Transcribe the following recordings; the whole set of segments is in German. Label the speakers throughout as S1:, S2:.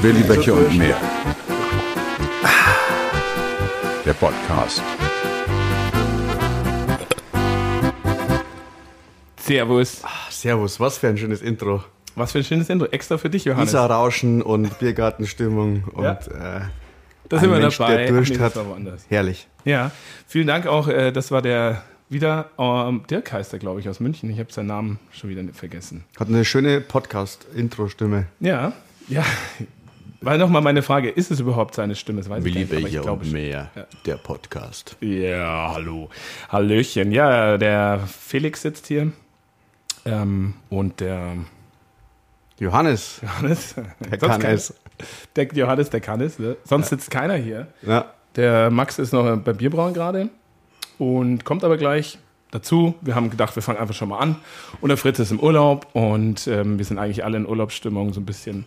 S1: Willi Becher und mehr. Der Podcast.
S2: Servus.
S3: Ach, Servus, was für ein schönes Intro.
S2: Was für ein schönes Intro. Extra für dich, Johannes.
S3: Isar-Rauschen und Biergartenstimmung und
S2: Ja.
S3: äh,
S2: da sind wir
S3: ein Mensch,
S2: dabei.
S3: der Durst
S2: Nee,
S3: hat.
S2: das war woanders.
S3: Herrlich.
S2: Ja, vielen Dank auch. Äh, das war der wieder ähm, Dirk heißt er, glaube ich, aus München. Ich habe seinen Namen schon wieder nicht vergessen.
S3: Hat eine schöne Podcast-Intro-Stimme.
S2: Ja, ja. Weil nochmal meine Frage, ist es überhaupt seine Stimme? Das weiß
S1: Willi
S2: ich gar nicht, aber ich
S1: Becher
S2: glaube
S1: und
S2: schon.
S1: mehr. Der Podcast.
S2: Ja, hallo. Hallöchen. Ja, der Felix sitzt hier. Ähm, und der
S3: Johannes,
S2: Johannes.
S3: der
S2: Sonst
S3: kann
S2: kein-
S3: es.
S2: Der Johannes, der kann es. Ne? Sonst sitzt keiner hier.
S3: Ja.
S2: Der Max ist noch beim Bierbrauen gerade und kommt aber gleich dazu. Wir haben gedacht, wir fangen einfach schon mal an. Und der Fritz ist im Urlaub und ähm, wir sind eigentlich alle in Urlaubsstimmung so ein bisschen.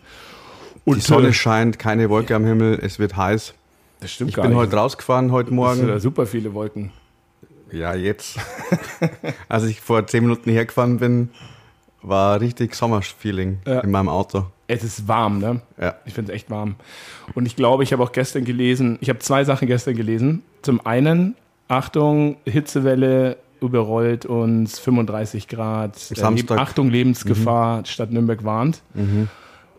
S2: Und
S3: Die Sonne
S2: äh,
S3: scheint, keine Wolke am Himmel, es wird heiß.
S2: das stimmt
S3: Ich
S2: gar
S3: bin
S2: nicht.
S3: heute rausgefahren, heute
S2: Es sind
S3: Morgen.
S2: ja super viele Wolken.
S3: Ja, jetzt. Als ich vor zehn Minuten hergefahren bin, war richtig Sommerfeeling
S2: Ja.
S3: in meinem Auto.
S2: Es ist warm, ne?
S3: Ja.
S2: Ich finde es echt warm. Und ich glaube, ich habe auch gestern gelesen, ich habe zwei Sachen gestern gelesen. Zum einen, Achtung, Hitzewelle überrollt uns 35 Grad.
S3: Samstag. Mhm.
S2: Äh, Achtung, Lebensgefahr, Stadt Nürnberg warnt.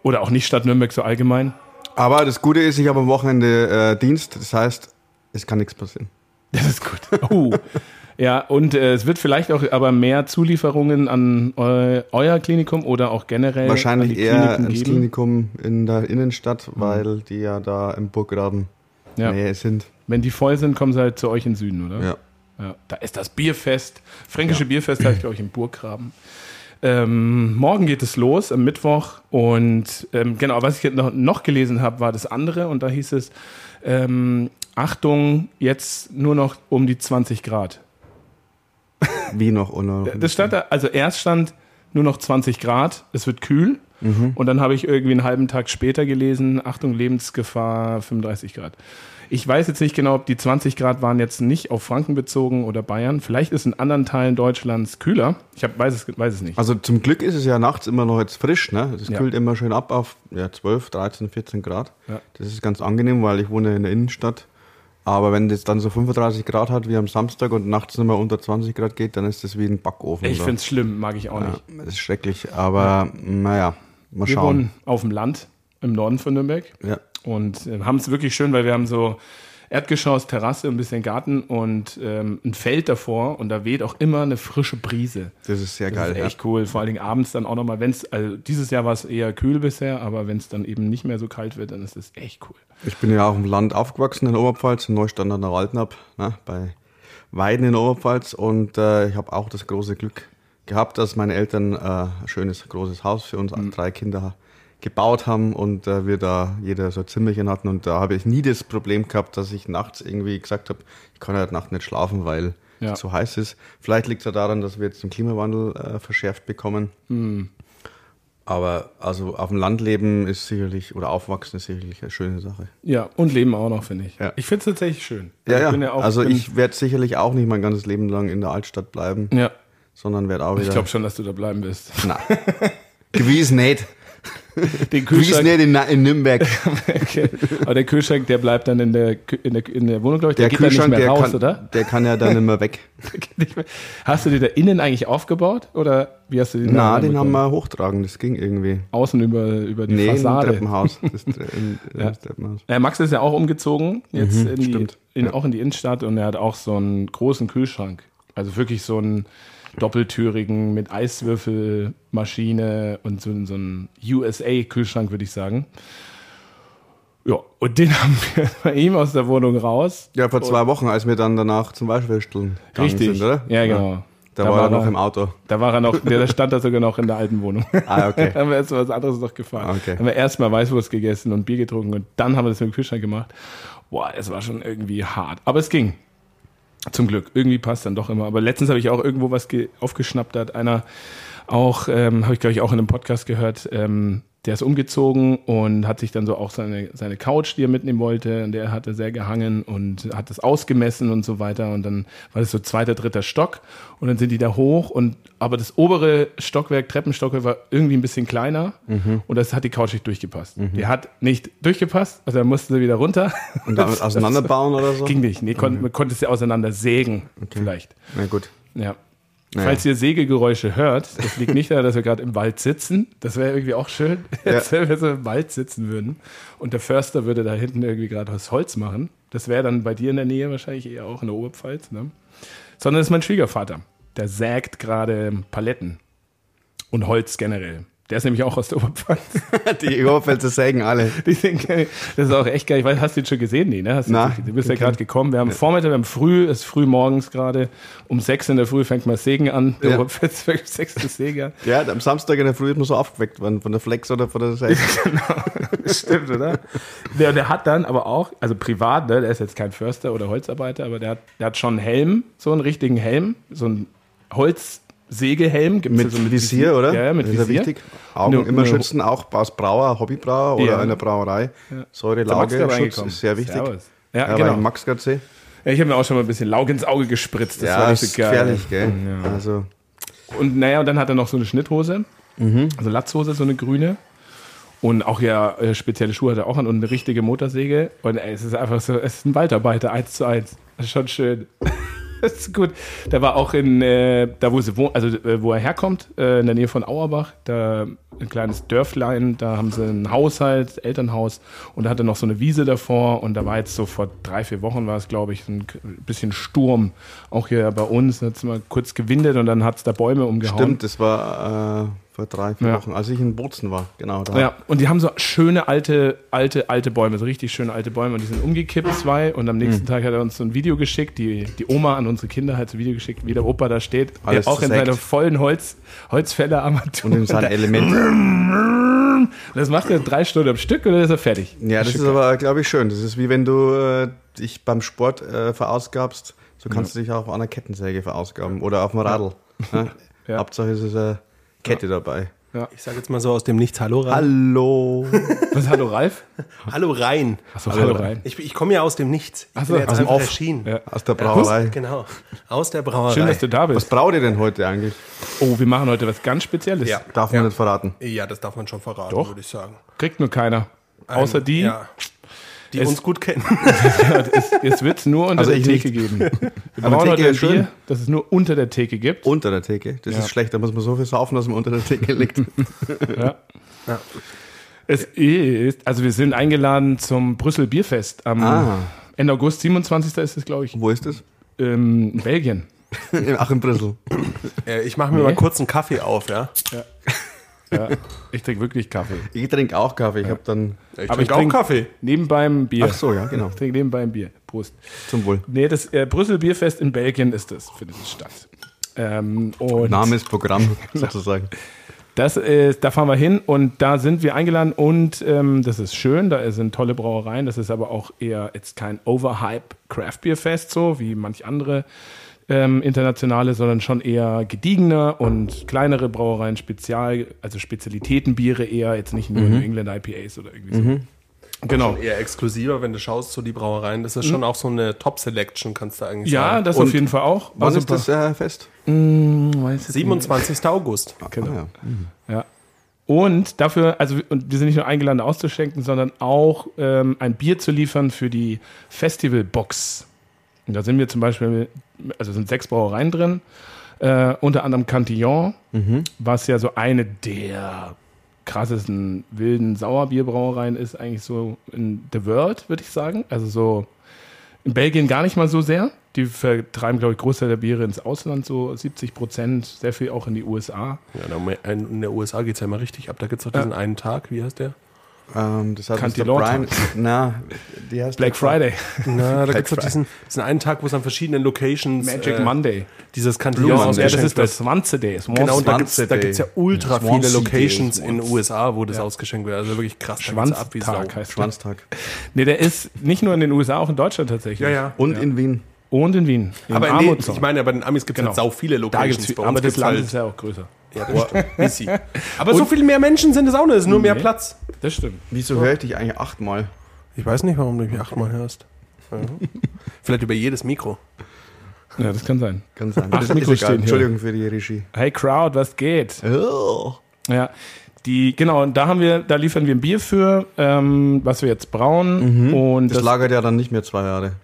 S2: Oder auch nicht Stadt Nürnberg so allgemein.
S3: Aber das Gute ist, ich habe am Wochenende äh, Dienst, das heißt, es kann nichts passieren.
S2: Das ist gut. Oh. Ja, und äh, es wird vielleicht auch aber mehr Zulieferungen an eu euer Klinikum oder auch generell an
S3: Wahrscheinlich
S2: Äh,
S3: eher
S2: also die Kliniken
S3: ins
S2: geben.
S3: Klinikum in der Innenstadt, weil die ja da im Burggraben
S2: Ja.
S3: Nähe sind.
S2: Wenn die voll sind, kommen sie halt zu euch in den Süden, oder?
S3: Ja.
S2: Ja, da ist das Bierfest. Fränkische Bierfest habe ich, glaube ich, im Burggraben. Ähm, morgen geht es los, am Mittwoch. Und ähm, genau, was ich jetzt noch, noch gelesen habe, war das andere. Und da hieß es, ähm, Achtung, jetzt nur noch um die 20 Grad.
S3: Wie noch ohne.
S2: Das stand da, also erst stand nur noch 20 Grad, es wird kühl.
S3: Mhm.
S2: Und dann habe ich irgendwie einen halben Tag später gelesen, Achtung, Lebensgefahr 35 Grad. Ich weiß jetzt nicht genau, ob die 20 Grad waren jetzt nicht auf Franken bezogen oder Bayern. Vielleicht ist in anderen Teilen Deutschlands kühler. Ich hab, weiß, es, weiß es nicht.
S3: Also zum Glück ist es ja nachts immer noch jetzt frisch, ne? Es
S2: Ja.
S3: kühlt immer schön ab auf ja, 12, 13, 14 Grad.
S2: Ja.
S3: Das ist ganz angenehm, weil ich wohne in der Innenstadt. Aber wenn das dann so 35 Grad hat wie am Samstag und nachts nicht mehr unter 20 Grad geht, dann ist das wie ein Backofen.
S2: Ich
S3: da.
S2: finde es schlimm, mag ich auch nicht.
S3: ja, Das ist schrecklich, aber naja, mal
S2: Wir
S3: schauen.
S2: wohnen auf dem Land im Norden von Nürnberg.
S3: Ja.
S2: Und äh, haben es wirklich schön, weil wir haben so Erdgeschoss, Terrasse, ein bisschen Garten und ähm, ein Feld davor. Und da weht auch immer eine frische Brise.
S3: Das ist sehr
S2: Das
S3: geil.
S2: ist
S3: ja.
S2: echt cool. Vor allen Dingen abends dann auch nochmal, wenn es, also dieses Jahr war es eher kühl bisher, aber wenn es dann eben nicht mehr so kalt wird, dann ist das echt cool.
S3: Ich bin ja auch im Land aufgewachsen in der Oberpfalz, in Neustadt an der Waldnab, ne, bei Weiden in der Oberpfalz. Und äh, ich habe auch das große Glück gehabt, dass meine Eltern äh, ein schönes, großes Haus für uns, drei Kinder, gebaut haben und äh, wir da jeder so ein Zimmerchen hatten. Und da habe ich nie das Problem gehabt, dass ich nachts irgendwie gesagt habe, ich kann heute Nacht nicht schlafen, weil
S2: Ja.
S3: es zu heiß ist. Vielleicht liegt es ja daran, dass wir jetzt den Klimawandel äh, verschärft bekommen. Aber also auf dem Land leben ist sicherlich, oder aufwachsen ist sicherlich eine schöne Sache.
S2: Ja, und Leben auch noch, finde ich.
S3: Ja.
S2: Ich finde es tatsächlich schön.
S3: Ja,
S2: ich
S3: ja.
S2: bin auch-
S3: also
S2: bin-
S3: ich werde sicherlich auch nicht mein ganzes Leben lang in der Altstadt bleiben,
S2: Ja,
S3: sondern werde auch wieder.
S2: ich glaube schon, dass du da bleiben wirst.
S3: Na. Gewiss nicht.
S2: Den
S3: Gewiss
S2: Kühlschrank,
S3: nicht in, in Nürnberg.
S2: okay. aber der Kühlschrank, der bleibt dann in der, Kü- in der, in der Wohnung, glaube ich.
S3: Der
S2: geht
S3: Kühlschrank,
S2: da nicht
S3: der
S2: mehr raus,
S3: kann,
S2: oder?
S3: der kann ja dann immer weg.
S2: Der geht nicht mehr. Hast du den da innen eigentlich aufgebaut oder wie hast du den? da
S3: Na, den haben
S2: reinbekommen?
S3: wir hochtragen, das ging irgendwie.
S2: außen über, über die
S3: Nee, im
S2: Fassade.
S3: Treppenhaus. Das, Tre- im, im Treppenhaus.
S2: Ja, Äh, Max ist ja auch umgezogen, jetzt in die,
S3: Mhm, stimmt.
S2: in, auch in die Innenstadt und er hat auch so einen großen Kühlschrank. Also wirklich so einen doppeltürigen mit Eiswürfelmaschine und so, so einen USA-Kühlschrank, würde ich sagen. Ja, und den haben wir bei ihm aus der Wohnung raus.
S3: Ja, vor zwei Wochen, als wir dann danach zum Beispielstunde gegangen
S2: Richtig.
S3: sind, oder?
S2: Ja, genau.
S3: Da,
S2: Da
S3: war,
S2: war
S3: er noch
S2: er-
S3: im Auto.
S2: Da war er noch, der stand da sogar noch in der alten Wohnung.
S3: Ah, okay.
S2: haben wir erst mal was anderes noch gefahren.
S3: Okay.
S2: Haben wir erstmal Weißwurst gegessen und Bier getrunken und dann haben wir das mit dem Kühlschrank gemacht. Boah, es war schon irgendwie hart. Aber es ging. Zum Glück. Irgendwie passt dann doch immer. Aber letztens habe ich auch irgendwo was ge- aufgeschnappt. Da hat einer auch, ähm, habe ich glaube ich auch in einem Podcast gehört, ähm, der ist umgezogen und hat sich dann so auch seine, seine Couch, die er mitnehmen wollte, an der hat er sehr gehangen und hat das ausgemessen und so weiter. Und dann war das so zweiter, dritter Stock und dann sind die da hoch und aber das obere Stockwerk, Treppenstockwerk war irgendwie ein bisschen kleiner
S3: Mhm.
S2: und das hat die Couch nicht durchgepasst. Die hat nicht durchgepasst, also da mussten sie wieder runter.
S3: Und damit auseinanderbauen oder so?
S2: Ging nicht. Nee, kon Man konnte es ja auseinander sägen, vielleicht.
S3: Na gut.
S2: Ja.
S3: Naja.
S2: Falls ihr Sägegeräusche hört, das liegt nicht daran, dass wir gerade im Wald sitzen. Das wäre irgendwie auch schön, als wenn wir so im Wald sitzen würden. Und der Förster würde da hinten irgendwie gerade was Holz machen. Das wäre dann bei dir in der Nähe wahrscheinlich eher auch in der Oberpfalz. Ne? Sondern das ist mein Schwiegervater. Der sägt gerade Paletten und Holz generell. Der ist nämlich auch aus der Oberpfalz.
S3: Die Oberpfälzer sägen alle.
S2: Die sind geil. Das ist auch echt geil. Ich weiß, hast du ihn schon gesehen? Nee, ne? Hast du,
S3: Na,
S2: du bist ja
S3: den
S2: gerade gekommen. Wir haben Vormittag, wir haben früh, es ist früh morgens gerade. Um sechs in der Früh fängt mal Segen an.
S3: Ja.
S2: Ja. Sechs bis Segen an.
S3: Ja, am Samstag in der Früh ist man so aufgeweckt worden von der Flex oder von der Säge.
S2: Stimmt, oder? Der, und der hat dann aber auch, also privat, ne, der ist jetzt kein Förster oder Holzarbeiter, aber der hat, der hat schon einen Helm, so einen richtigen Helm, so einen Holzsägehelm. Gibt's ja
S3: Mit
S2: so
S3: Visier, oder?
S2: Ja, ja, mit
S3: das ist ja
S2: Visier.
S3: wichtig. Augen
S2: Nur-
S3: immer
S2: nur-
S3: schützen, auch als Brauer, Hobbybrauer oder
S2: Ja.
S3: einer Brauerei. Säure,
S2: Der Max
S3: Lage,
S2: ist gerade
S3: Schutz
S2: reingekommen.
S3: ist sehr wichtig.
S2: Servus. Ja,
S3: Ja,
S2: genau.
S3: weil Max gerade sehe.
S2: Ja, ich habe mir auch schon mal ein bisschen Lauge ins Auge gespritzt. Das
S3: Ja,
S2: war
S3: ist
S2: nicht so geil.
S3: gefährlich, gell? Also,
S2: Und naja, und dann hat er noch so eine Schnitthose, also Latzhose, so eine grüne. Und auch ja, äh, spezielle Schuhe hat er auch an und eine richtige Motorsäge. Und ey, es ist einfach so, es ist ein Waldarbeiter, eins zu eins. Das ist schon schön. das ist gut. Da war auch in, äh, da wo sie wohnt, also äh, wo er herkommt, äh, in der Nähe von Auerbach, da ein kleines Dörflein, da haben sie einen Haushalt, Elternhaus und da hatte noch so eine Wiese davor und da war jetzt so vor drei, vier Wochen war es, glaube ich, ein k- bisschen Sturm. Auch hier bei uns, hat es mal kurz gewindet und dann hat es da Bäume umgehauen.
S3: stimmt, das war äh, vor drei, vier
S2: Ja.
S3: Wochen, als ich in Bozen war. Genau, da.
S2: Ja, und die haben so schöne alte, alte, alte Bäume, so richtig schöne alte Bäume. Und die sind umgekippt, zwei. Und am
S3: Mhm.
S2: nächsten Tag hat er uns so ein Video geschickt, die, die Oma an unsere Kinder hat so ein Video geschickt, wie der Opa da steht.
S3: Alles
S2: auch in
S3: zersägt.
S2: seiner vollen Holz, Holzfällerarmatur.
S3: Und in seinem Element.
S2: Das macht er drei Stunden am Stück und dann ist er fertig.
S3: Ja, das ist aber, glaube ich, schön. Das ist wie wenn du äh, dich beim Sport äh, verausgabst, so kannst du dich auch auf einer Kettensäge verausgaben oder auf dem Radl. Ne?
S2: Ja.
S3: Hauptsache es ist eine Kette dabei.
S4: Ich sage jetzt mal so aus dem Nichts Hallo rein.
S3: Hallo!
S2: Was, hallo Ralf?
S4: Hallo rein.
S2: Achso, hallo, rein.
S4: Ich, ich komme ja aus dem Nichts. Ich
S2: Ach so,
S4: bin jetzt
S2: aus dem
S4: einfach
S3: Off.
S4: erschienen.
S2: Ja.
S3: Aus der Brauerei.
S4: Genau. Aus der Brauerei.
S2: Schön, dass du da
S3: Was
S2: bist.
S3: braut ihr denn heute eigentlich?
S2: Oh, wir machen heute was ganz Spezielles.
S4: Ja.
S3: Darf man nicht verraten.
S4: ja, das darf man schon verraten,
S2: Doch.
S4: würde ich sagen.
S2: Kriegt nur keiner.
S4: Ein-
S2: Außer die,
S4: ja, die
S2: Es-
S4: uns gut kennen.
S2: jetzt wird es nur unter
S3: Also
S2: der
S3: ich
S2: Theke geben. Wir brauchen
S3: Theke
S2: heute ein
S3: ist schön.
S2: Bier, das es nur unter der Theke gibt.
S3: Unter der Theke. Das ist schlecht, da muss man so viel saufen, dass man unter der Theke liegt. Oh.
S2: Ja.
S4: Ja.
S2: Es ist, also wir sind eingeladen zum Brüssel Bierfest am
S3: Ah.
S2: Ende August, 27. ist es, glaube ich,
S3: Wo ist das?
S2: ähm, in Belgien.
S3: Ach, in Brüssel.
S4: Äh, ich mache mir mal kurz einen Kaffee auf, ja.
S2: Ja, ich trinke wirklich Kaffee.
S3: Ich trinke auch Kaffee. Ich habe dann.
S2: Aber ich
S4: trinke auch
S2: trinke-
S4: Kaffee.
S2: Nebenbei ein Bier.
S3: Ach so, ja, genau.
S2: Ich trinke nebenbei ein Bier. Prost.
S3: Zum Wohl.
S2: Nee, das äh, Brüssel Bierfest in Belgien ist das, findet es statt. Ähm, und
S3: Name ist Programm, sozusagen.
S2: Das ist, da fahren wir hin und da sind wir eingeladen und ähm, das ist schön, da sind tolle Brauereien, das ist aber auch eher jetzt kein Overhype Craft Beer Fest so wie manch andere ähm, internationale, sondern schon eher gediegener und kleinere Brauereien, Spezial, also Spezialitätenbiere eher, jetzt nicht
S3: Mhm.
S2: nur New England IPAs oder irgendwie so. Genau.
S4: Eher exklusiver, wenn du schaust zu die Brauereien. Das ist schon auch so eine Top-Selection, kannst du eigentlich
S2: Ja,
S4: sagen.
S2: das
S3: Und
S2: auf jeden Fall auch.
S3: Wann
S2: Also
S3: ist das äh, Fest?
S4: 27. August.
S3: Genau. ja.
S2: Ja. Und dafür, also und wir sind nicht nur eingeladen auszuschenken, sondern auch ähm, ein Bier zu liefern für die Festivalbox. Und da sind wir zum Beispiel, also sind sechs Brauereien drin, äh, unter anderem Cantillon, was ja so eine der krassesten wilden Sauerbierbrauereien ist, eigentlich so in the world, würde ich sagen. Also so in Belgien gar nicht mal so sehr. Die vertreiben, glaube ich, Großteil der Biere ins Ausland, so 70 Prozent, sehr viel auch in die USA.
S4: Ja, da- in der USA geht es ja immer richtig ab. Da gibt es doch diesen einen Tag, wie heißt der?
S3: Ähm, das heißt,
S2: Kanti
S3: Mr. Prime.
S2: Lorton.
S3: Na, die heißt
S2: Black Friday.
S4: Na, da gibt es doch
S3: Friday.
S4: diesen, diesen einen Tag, wo es an verschiedenen Locations
S2: Magic
S4: äh,
S2: Monday.
S4: dieses
S2: Ja,
S4: Kantillon
S3: Monday.
S2: ja, das ist
S4: ausgeschenkt wird.
S2: das Swanze Day. Swanze
S4: Genau, und da
S3: Swansea
S4: gibt es da
S3: Day.
S4: gibt's ja ultra
S3: Swansea
S4: viele
S3: Day,
S4: Locations in den
S3: Swansea.
S4: USA, wo das ausgeschenkt wird. Also wirklich krass. da geht's ab wie Sau.
S2: Schwanztag heißt der.
S3: Schwanztag.
S2: Nee, der ist nicht nur in den USA, auch in Deutschland tatsächlich.
S4: Ja, ja.
S3: Und in Wien.
S2: Und in Wien. Im
S4: Aber in den,
S2: Armutsort.
S4: ich meine, aber in den Amis gibt es
S2: Genau.
S4: sau viele
S2: da
S4: Locations.
S2: gibt's,
S4: Bei
S2: viel,
S4: uns
S2: aber das
S4: gibt's
S2: Land
S4: halt-
S2: ist ja auch größer.
S4: Ja, das stimmt. Busy. Aber so viel mehr Menschen sind es auch nicht, es ist nur mehr
S2: Nee.
S4: Platz.
S2: Das stimmt.
S3: Wieso höre ich dich eigentlich achtmal?
S4: Ich weiß nicht, warum du mich achtmal hörst. Ja. Vielleicht über jedes Mikro.
S2: Ja, das kann sein.
S3: Kann sein.
S2: Acht
S3: Das
S2: Mikros stehen hier.
S3: Entschuldigung für die Regie.
S2: Hey Crowd, was geht?
S3: Oh.
S2: Ja, die, genau, und da haben wir, da liefern wir ein Bier für, ähm, was wir jetzt brauen.
S4: Mhm.
S2: Und
S3: Das,
S2: das,
S3: lagert ja dann nicht mehr zwei Jahre.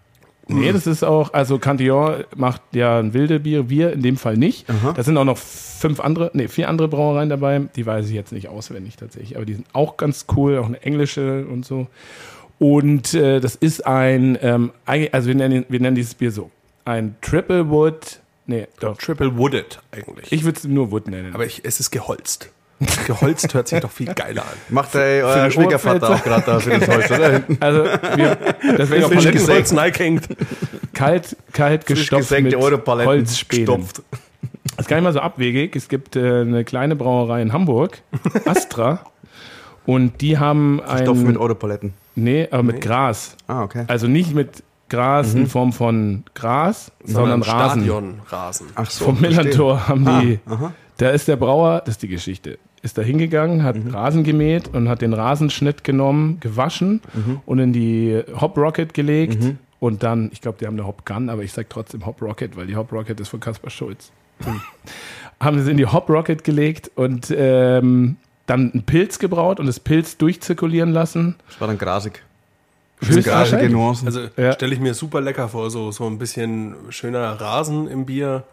S4: Hm.
S2: nee, das ist auch, also Cantillon macht ja ein wilde Bier, wir in dem Fall nicht. Da sind auch noch fünf andere, nee, vier andere Brauereien dabei, die weiß ich jetzt nicht auswendig tatsächlich, aber die sind auch ganz cool, auch eine englische und so. Und äh, das ist ein, ähm, eigentlich- also wir nennen, wir nennen dieses Bier so, ein Triple Wood, nee, doch,
S4: Triple Wooded eigentlich.
S2: ich würde es nur Wood nennen.
S4: Aber ich, es ist geholzt. Geholzt hört sich doch viel geiler an.
S3: Macht der euer
S2: den
S3: Schwiegervater
S2: Ohrfeiger.
S3: auch gerade da für das Holz, oder?
S2: also, wir, das wäre
S4: Frisch
S2: auch
S4: geholzt, Nike hängt.
S2: kalt, kalt gestopft mit
S3: gesenkte Europaletten
S2: Holzspänen.
S3: gestopft.
S2: Das ist gar nicht mal so abwegig. Es gibt äh, eine kleine Brauerei in Hamburg, Astra. und die haben
S3: Stoff mit
S2: ein...
S3: Europaletten.
S2: Nee, aber mit Gras.
S3: Ah, okay.
S2: Also nicht mit Gras in Form von Gras, sondern, Rasen.
S4: Stadionrasen.
S3: Ach so.
S2: Vom
S3: verstehe. Ah,
S2: Millantor haben die... Da ist der Brauer, das ist die Geschichte, ist da hingegangen, hat
S3: Mhm.
S2: Rasen gemäht und hat den Rasenschnitt genommen, gewaschen
S3: Mhm.
S2: und in die Hop Rocket gelegt. Und dann, ich glaube, die haben eine Hop Gun, aber ich sage trotzdem Hop Rocket, weil die Hop Rocket ist von Kaspar Schulz. Hm. haben sie es in die Hop Rocket gelegt und ähm, dann einen Pilz gebraut und das Pilz durchzirkulieren lassen.
S3: Das war dann grasig. Grasige
S2: Höchstwahrscheinlich.
S3: Nuancen.
S4: Also
S2: Ja.
S4: stelle ich mir super lecker vor, so, so ein bisschen schöner Rasen im Bier.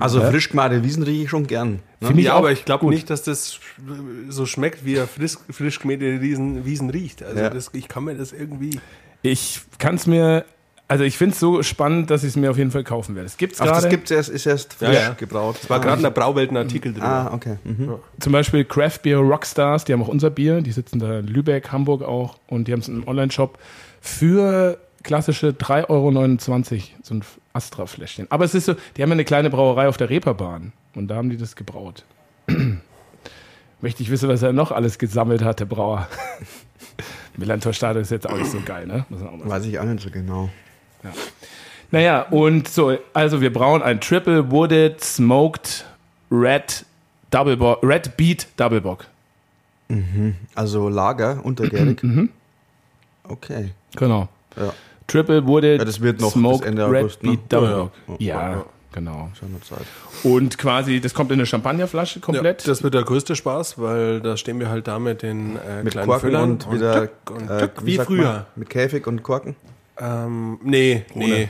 S3: Also frisch gemachte Wiesen rieche ich schon gern. Ne?
S2: Finde ich
S4: ja,
S2: auch
S4: aber ich glaube
S2: gut.
S4: nicht, dass das äh, so schmeckt, wie er frisch, frisch gemähte Riesen, Wiesen riecht. Also
S3: Ja.
S4: das, ich kann mir das irgendwie.
S2: Ich kann es mir, also ich finde es so spannend, dass ich es mir auf jeden Fall kaufen werde. Es gibt es
S3: Ach, das
S2: gerade.
S3: gibt's erst, ist erst frisch
S4: ja.
S3: gebraut.
S4: Es war gerade in der Brauwelt ein Artikel drin.
S3: Ah, okay. Mhm.
S2: Zum Beispiel Craft Beer Rockstars, die haben auch unser Bier, die sitzen da in Lübeck, Hamburg auch und die haben es im Online-Shop für klassische 3,29 Euro, so ein Astra-Fläschchen. Aber es ist so, die haben ja eine kleine Brauerei auf der Reeperbahn und da haben die das gebraut. Möchte ich wissen, was er noch alles gesammelt hat, der Brauer. Millantor Stadion ist jetzt auch nicht so geil, ne? Muss man auch mal
S3: Weiß ich auch nicht so genau.
S2: Naja, und so, also wir brauen ein Triple Wooded Smoked Red Double Bock, Red Beat Double Bock.
S3: Also Lager, untergärig.
S2: Mhm.
S3: Okay.
S2: Genau.
S3: Ja.
S2: Triple Wooded
S3: Ja, das wird noch bis
S2: Smoked
S3: Ende
S2: Red
S3: August, ne?
S2: Beat Double
S4: Ja, ja.
S2: Bock. Ja, genau.
S3: Schon eine Zeit.
S2: Und quasi, das kommt in eine Champagnerflasche
S4: Ja,
S2: komplett.
S4: das wird der größte Spaß, weil da stehen wir halt da mit den äh,
S3: Mit
S4: kleinen
S3: Korken
S4: Füllern
S3: und wieder
S4: Tück und
S3: äh,
S4: Tück, wie
S3: sagt Man,
S4: früher.
S3: mit Käfig und Korken.
S4: Ähm, nee, nee.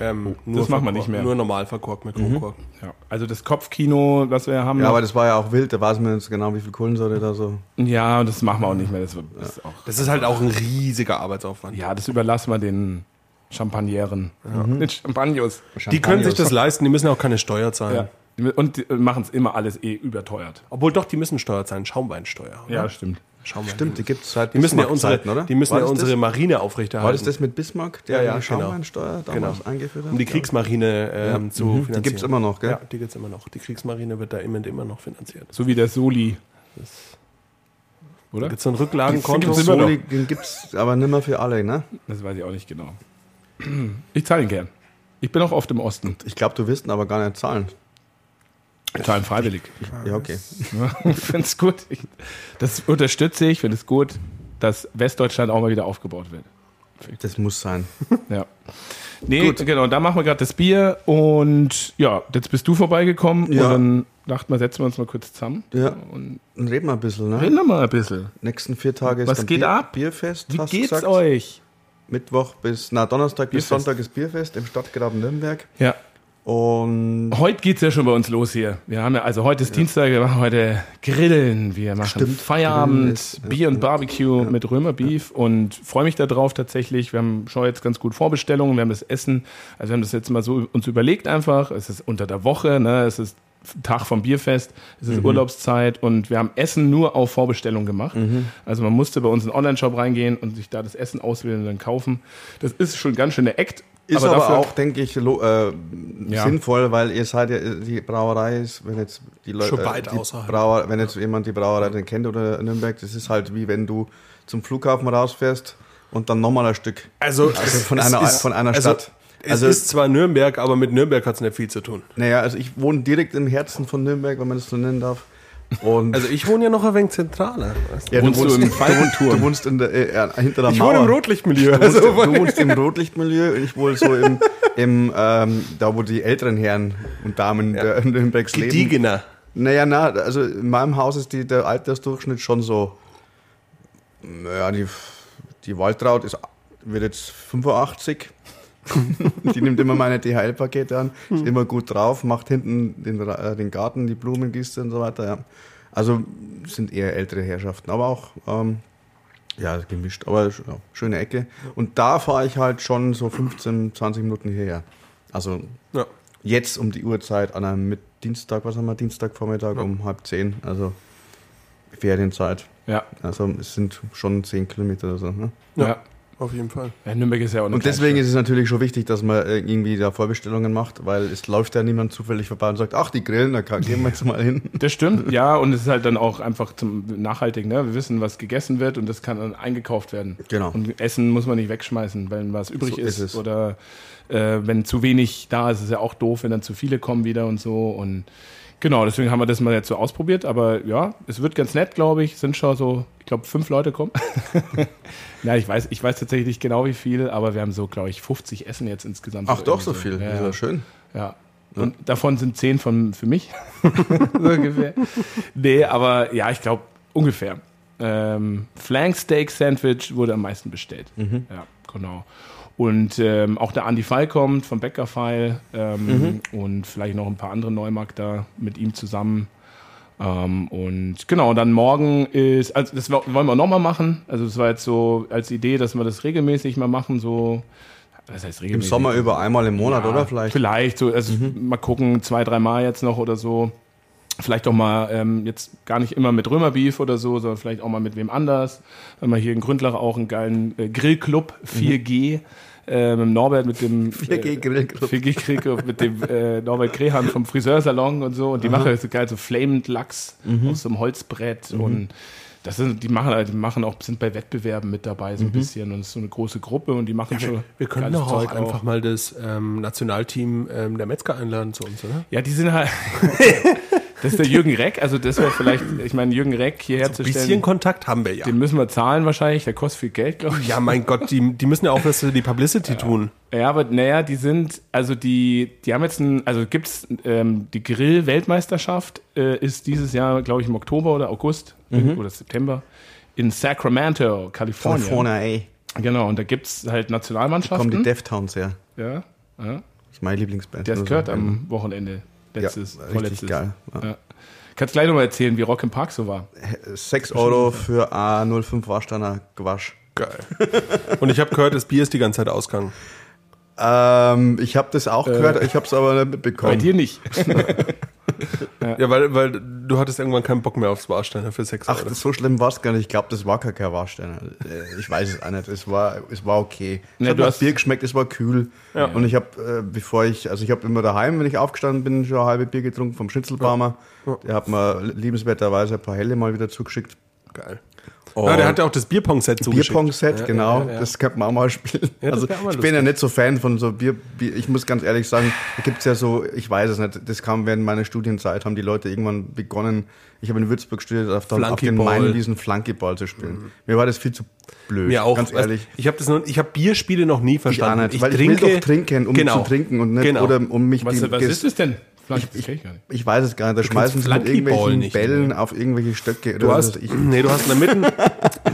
S4: Ähm, nur
S2: das machen wir
S4: verkorkt-
S2: nicht mehr.
S4: Nur normal verkorkt mit Kronkorken.
S2: Ja, also das Kopfkino, was wir haben.
S3: Ja,
S2: noch-
S3: aber das war ja auch wild, da weiß man jetzt genau, wie viel Kohlensäure da so.
S2: ja, und das machen wir auch nicht mehr. Das ist auch,
S4: Das ist halt auch ein riesiger Arbeitsaufwand.
S2: ja, das überlassen wir den Champagneren. Den Champagners.
S4: Die können sich das leisten, die müssen auch keine Steuer zahlen.
S2: Ja. Und die machen es immer alles eh überteuert.
S4: Obwohl doch, die müssen Steuer zahlen, Schaumweinsteuer. oder?
S2: stimmt.
S4: Schaumwein.
S3: Stimmt, die gibt es seit
S4: Die müssen ja unsere,
S3: Bismarck-Zeiten, oder?
S4: die müssen
S3: War
S4: ja
S3: das
S4: unsere Marine
S3: Das? War das
S4: aufrechterhalten,
S3: das mit Bismarck, der
S4: Ja, ja,
S3: die
S4: genau.
S3: Schaumweinsteuer damals
S4: Genau.
S3: eingeführt hat?
S4: um die Kriegsmarine ähm, zu finanzieren.
S3: Mhm. gibt's immer noch, gell?
S4: Ja, die gibt's immer noch. Die Kriegsmarine wird da immer, und immer noch finanziert.
S2: So wie der Soli. Oder?
S4: Gibt es so ein
S3: Konto
S4: Rücklagenkonto?
S2: gibt's immer noch.
S3: Soli, den gibt es aber nicht mehr für alle, ne?
S2: Das weiß ich auch nicht genau. Ich zahle ihn gern. Ich bin auch oft im Osten.
S3: Ich glaube, du wirst ihn aber gar nicht zahlen.
S2: Ich zahle ihn freiwillig.
S3: Ja, okay.
S2: Ich finde es gut. Ich, das unterstütze ich, finde es gut, dass Westdeutschland auch mal wieder aufgebaut wird.
S3: Das muss sein.
S2: Ja. Nee, genau, da machen wir gerade das Bier und ja, jetzt bist du vorbeigekommen
S3: Ja.
S2: und dann dachten wir, setzen wir uns mal kurz zusammen.
S3: Ja.
S2: Und
S3: Dann reden wir ein bisschen, ne?
S2: reden wir mal ein bisschen.
S3: Nächsten vier Tage ist
S2: Was
S3: dann
S2: geht
S3: Bier,
S2: ab?
S3: Bierfest.
S2: Wie
S3: hast du
S2: geht's
S3: gesagt.
S2: euch?
S3: Mittwoch bis, na, Donnerstag bis
S2: Bierfest.
S3: Sonntag ist Bierfest im Stadtgraben Nürnberg.
S2: Ja.
S3: Und
S2: Heute geht's ja schon bei uns los hier. Wir haben ja, also heute ist Dienstag, wir machen heute Grillen, wir machen
S3: Stimmt, Grillen
S2: Feierabend,
S3: ist- ja,
S2: Bier und Barbecue mit Römerbeef und freue mich darauf tatsächlich. Wir haben schon jetzt ganz gut Vorbestellungen, wir haben das Essen, also wir haben das jetzt mal so uns überlegt einfach. Es ist unter der Woche, ne? es ist Tag vom Bierfest, es
S3: Mhm.
S2: ist Urlaubszeit und wir haben Essen nur auf Vorbestellung gemacht.
S3: Mhm.
S2: Also man musste bei uns in den Online-Shop reingehen und sich da das Essen auswählen und dann kaufen. Das ist schon ganz schön der Act.
S3: Ist aber,
S2: dafür-
S3: auch, denke ich, lo- äh,
S2: Ja.
S3: sinnvoll, weil ihr seid ja, die Brauerei ist, wenn jetzt die Leute,
S4: Schon weit
S3: äh, die
S4: außerhalb.
S3: Brauer, wenn jetzt jemand die Brauerei denn kennt oder Nürnberg, das ist halt wie wenn du zum Flughafen rausfährst und dann nochmal ein Stück.
S4: Also,
S3: von einer- von einer Stadt.
S4: Also, Es
S3: Also-
S4: ist zwar Nürnberg, aber mit Nürnberg hat es nicht viel zu tun.
S3: Naja, also ich wohne direkt im Herzen von Nürnberg, wenn man das so nennen darf. Und
S4: Also ich wohne ja noch ein wenig zentraler. weißt
S3: ja,
S2: wohnst du im Falkenturm?
S3: Du wohnst in der, äh, äh, hinter der
S4: Ich
S3: Mauer.
S4: wohne im
S3: Du
S4: Rotlichtmilieu.
S3: wohnst,
S4: Also,
S3: du wohnst im Rotlichtmilieu und ich wohne so im, im ähm, da wo die älteren Herren und Damen der Nürnbergs
S4: Die
S3: leben.
S4: Diegener.
S3: Naja, na, also in meinem Haus ist die, der Altersdurchschnitt schon so. Naja, die, die Waltraud ist, wird jetzt 85. die nimmt immer meine DHL-Pakete an, ist immer gut drauf, macht hinten den, Ra- äh, den Garten, die Blumen gießt sie und so weiter. Ja. Also sind eher ältere Herrschaften, aber auch ähm, ja, gemischt, aber sch- ja, schöne Ecke. Und da fahre ich halt schon so 15, 20 Minuten hierher. Also
S4: Ja.
S3: jetzt um die Uhrzeit an einem mit Dienstag, was haben wir, Dienstagvormittag um halb zehn, also Ferienzeit.
S2: Ja,
S3: Also es sind schon zehn Kilometer oder so. Ne?
S4: Ja.
S2: ja.
S4: Auf jeden Fall.
S2: ja. Nürnberg ist ja auch eine
S3: Und deswegen ist es natürlich schon wichtig, dass man äh, irgendwie da Vorbestellungen macht, weil es läuft ja niemand zufällig vorbei und sagt, ach, die grillen, da kann, gehen wir jetzt mal hin.
S2: Das stimmt, ja, und es ist halt dann auch einfach zum nachhaltig, ne? Wir wissen, was gegessen wird und das kann dann eingekauft werden.
S3: Genau.
S2: Und Essen muss man nicht wegschmeißen, wenn was übrig
S3: So
S2: ist,
S3: ist es.
S2: oder äh, wenn zu wenig da ist, ist ja auch doof, wenn dann zu viele kommen wieder und so und genau, deswegen haben wir das mal jetzt so ausprobiert, aber ja, es wird ganz nett, glaube ich, sind schon so, ich glaube, fünf Leute kommen. Na, ich weiß, ich weiß tatsächlich nicht genau wie viel, aber wir haben so, glaube ich, 50 Essen jetzt insgesamt.
S3: Ach doch,
S2: irgendwie
S3: so viel.
S2: Ja,
S3: Ist
S2: ja.
S3: ja schön.
S2: Ja. Und davon sind zehn von für mich. so ungefähr. Nee, aber ja, ich glaube ungefähr. Ähm, Flank Steak Sandwich wurde am meisten bestellt. Ja, genau. Und ähm, auch der Andy Fall kommt von Becker Fall ähm, und vielleicht noch ein paar andere Neumarkter mit ihm zusammen. Ähm, und genau, dann morgen ist, also das wo- wollen wir nochmal machen. Also das war jetzt so als Idee, dass wir das regelmäßig mal machen, so was heißt
S3: Im
S2: regelmäßig?
S3: Sommer über einmal im Monat,
S2: Ja,
S3: oder? Vielleicht.
S2: Vielleicht, so, also
S4: Mhm.
S2: mal gucken, zwei, dreimal jetzt noch oder so. Vielleicht auch mal ähm, jetzt gar nicht immer mit Römerbeef oder so, sondern vielleicht auch mal mit wem anders. Wenn wir hier in Gründlach auch einen geilen äh, Grillclub
S4: Mhm.
S2: 4G äh, mit dem Norbert, mit dem
S3: 4G Grillclub.
S2: 4G Grillclub mit dem äh, Norbert Krehan vom Friseursalon und so. Und die machen halt so geil so flamend Lachs
S4: Mhm.
S2: auf so einem Holzbrett und das sind, die machen halt, die machen auch, sind bei Wettbewerben mit dabei so ein bisschen und es ist so eine große Gruppe und die machen schon.
S4: Mhm. Wir können
S2: geiles
S4: doch auch
S2: Zeug auch.
S4: einfach mal das ähm, Nationalteam ähm, der Metzger einladen zu uns, oder?
S2: Ja, die sind halt. das ist der Jürgen Reck. Also, das wäre vielleicht, ich meine, Jürgen Reck hierher zu
S4: Ein
S2: stellen.
S4: bisschen Kontakt haben wir ja.
S2: Den müssen wir zahlen wahrscheinlich. Der kostet viel Geld, glaube ich.
S4: Ja, mein Gott, die, die müssen ja auch was für die Publicity tun.
S2: Ja, aber naja, die sind, also die, die haben jetzt ein, also gibt's ähm, die Grill-Weltmeisterschaft äh, ist dieses Jahr, glaube ich, im Oktober oder August
S3: Mhm.
S2: oder September in Sacramento, Kalifornien.
S3: Vorne, ey.
S2: Genau, und da gibt's halt Nationalmannschaften.
S3: Kommen die Deftones her.
S2: ja, ja.
S3: Das ist meine Lieblingsband.
S2: Der ist
S3: Also,
S2: gehört am Wochenende. Letztes,
S3: ja, richtig
S2: vorletztes.
S3: geil. Ja.
S2: Ja. Kannst gleich nochmal erzählen, wie Rock im Park so war.
S3: 6 Euro für A05 Warsteiner Gewasch.
S4: Geil. Und ich habe gehört, das Bier ist die ganze Zeit ausgegangen.
S3: Ähm, ich habe das auch gehört, ich habe es aber nicht
S2: Äh. Bei
S3: mitbekommen.
S2: dir nicht.
S4: Ja, weil, weil du hattest irgendwann keinen Bock mehr aufs Warsteiner für sechs
S3: Ach,
S4: Euro.
S3: so schlimm war es gar nicht. Ich glaube, das war gar kein Warsteiner. Äh, Ich weiß es auch nicht. Es war, es war okay. Es
S2: Ne,
S3: hat
S2: du
S3: nach
S2: hast-
S3: Bier geschmeckt, es war kühl. Und ich habe, äh, bevor ich, also ich habe immer daheim, wenn ich aufgestanden bin, schon eine halbe Bier getrunken vom Schnitzelbarmer. Der hat mir liebenswerterweise ein paar Helle mal wieder zugeschickt.
S4: Geil. Ja, der hat ja auch das Bierpong-Set zugeschickt.
S3: Bierpong-Set, genau.
S4: ja, ja.
S3: Das könnte man auch mal spielen.
S4: Ja, das
S3: also,
S4: wär auch mal
S3: ich
S4: lustig.
S3: bin ja nicht so Fan von so Bier. Bier ich muss ganz ehrlich sagen, da gibt's ja so, ich weiß es nicht, das kam während meiner Studienzeit, haben die Leute irgendwann begonnen. Ich habe in Würzburg studiert, auf, der, auf den
S4: Flunkyball. Mhm.
S3: Mainwiesen Flankeball zu spielen. Mir war das viel zu blöd.
S4: Mir auch.
S3: Ganz ehrlich.
S4: Ich habe das noch, ich habe Bierspiele noch nie
S3: Ich, auch
S4: verstanden.
S3: nicht, weil ich will doch trinken, um
S4: genau.
S3: zu trinken und nicht,
S4: genau.
S3: oder um mich
S2: Was,
S3: die-
S2: was
S3: das-
S2: ist es denn? Flank, das kenn ich gar nicht.
S3: ich weiß es gar nicht, da schmeißen sie mit
S4: Flunkyball
S3: irgendwelchen
S4: nicht,
S3: Bällen auf irgendwelche Stöcke.
S4: Du hast,
S3: ich,
S4: nee, du hast in der Mitte,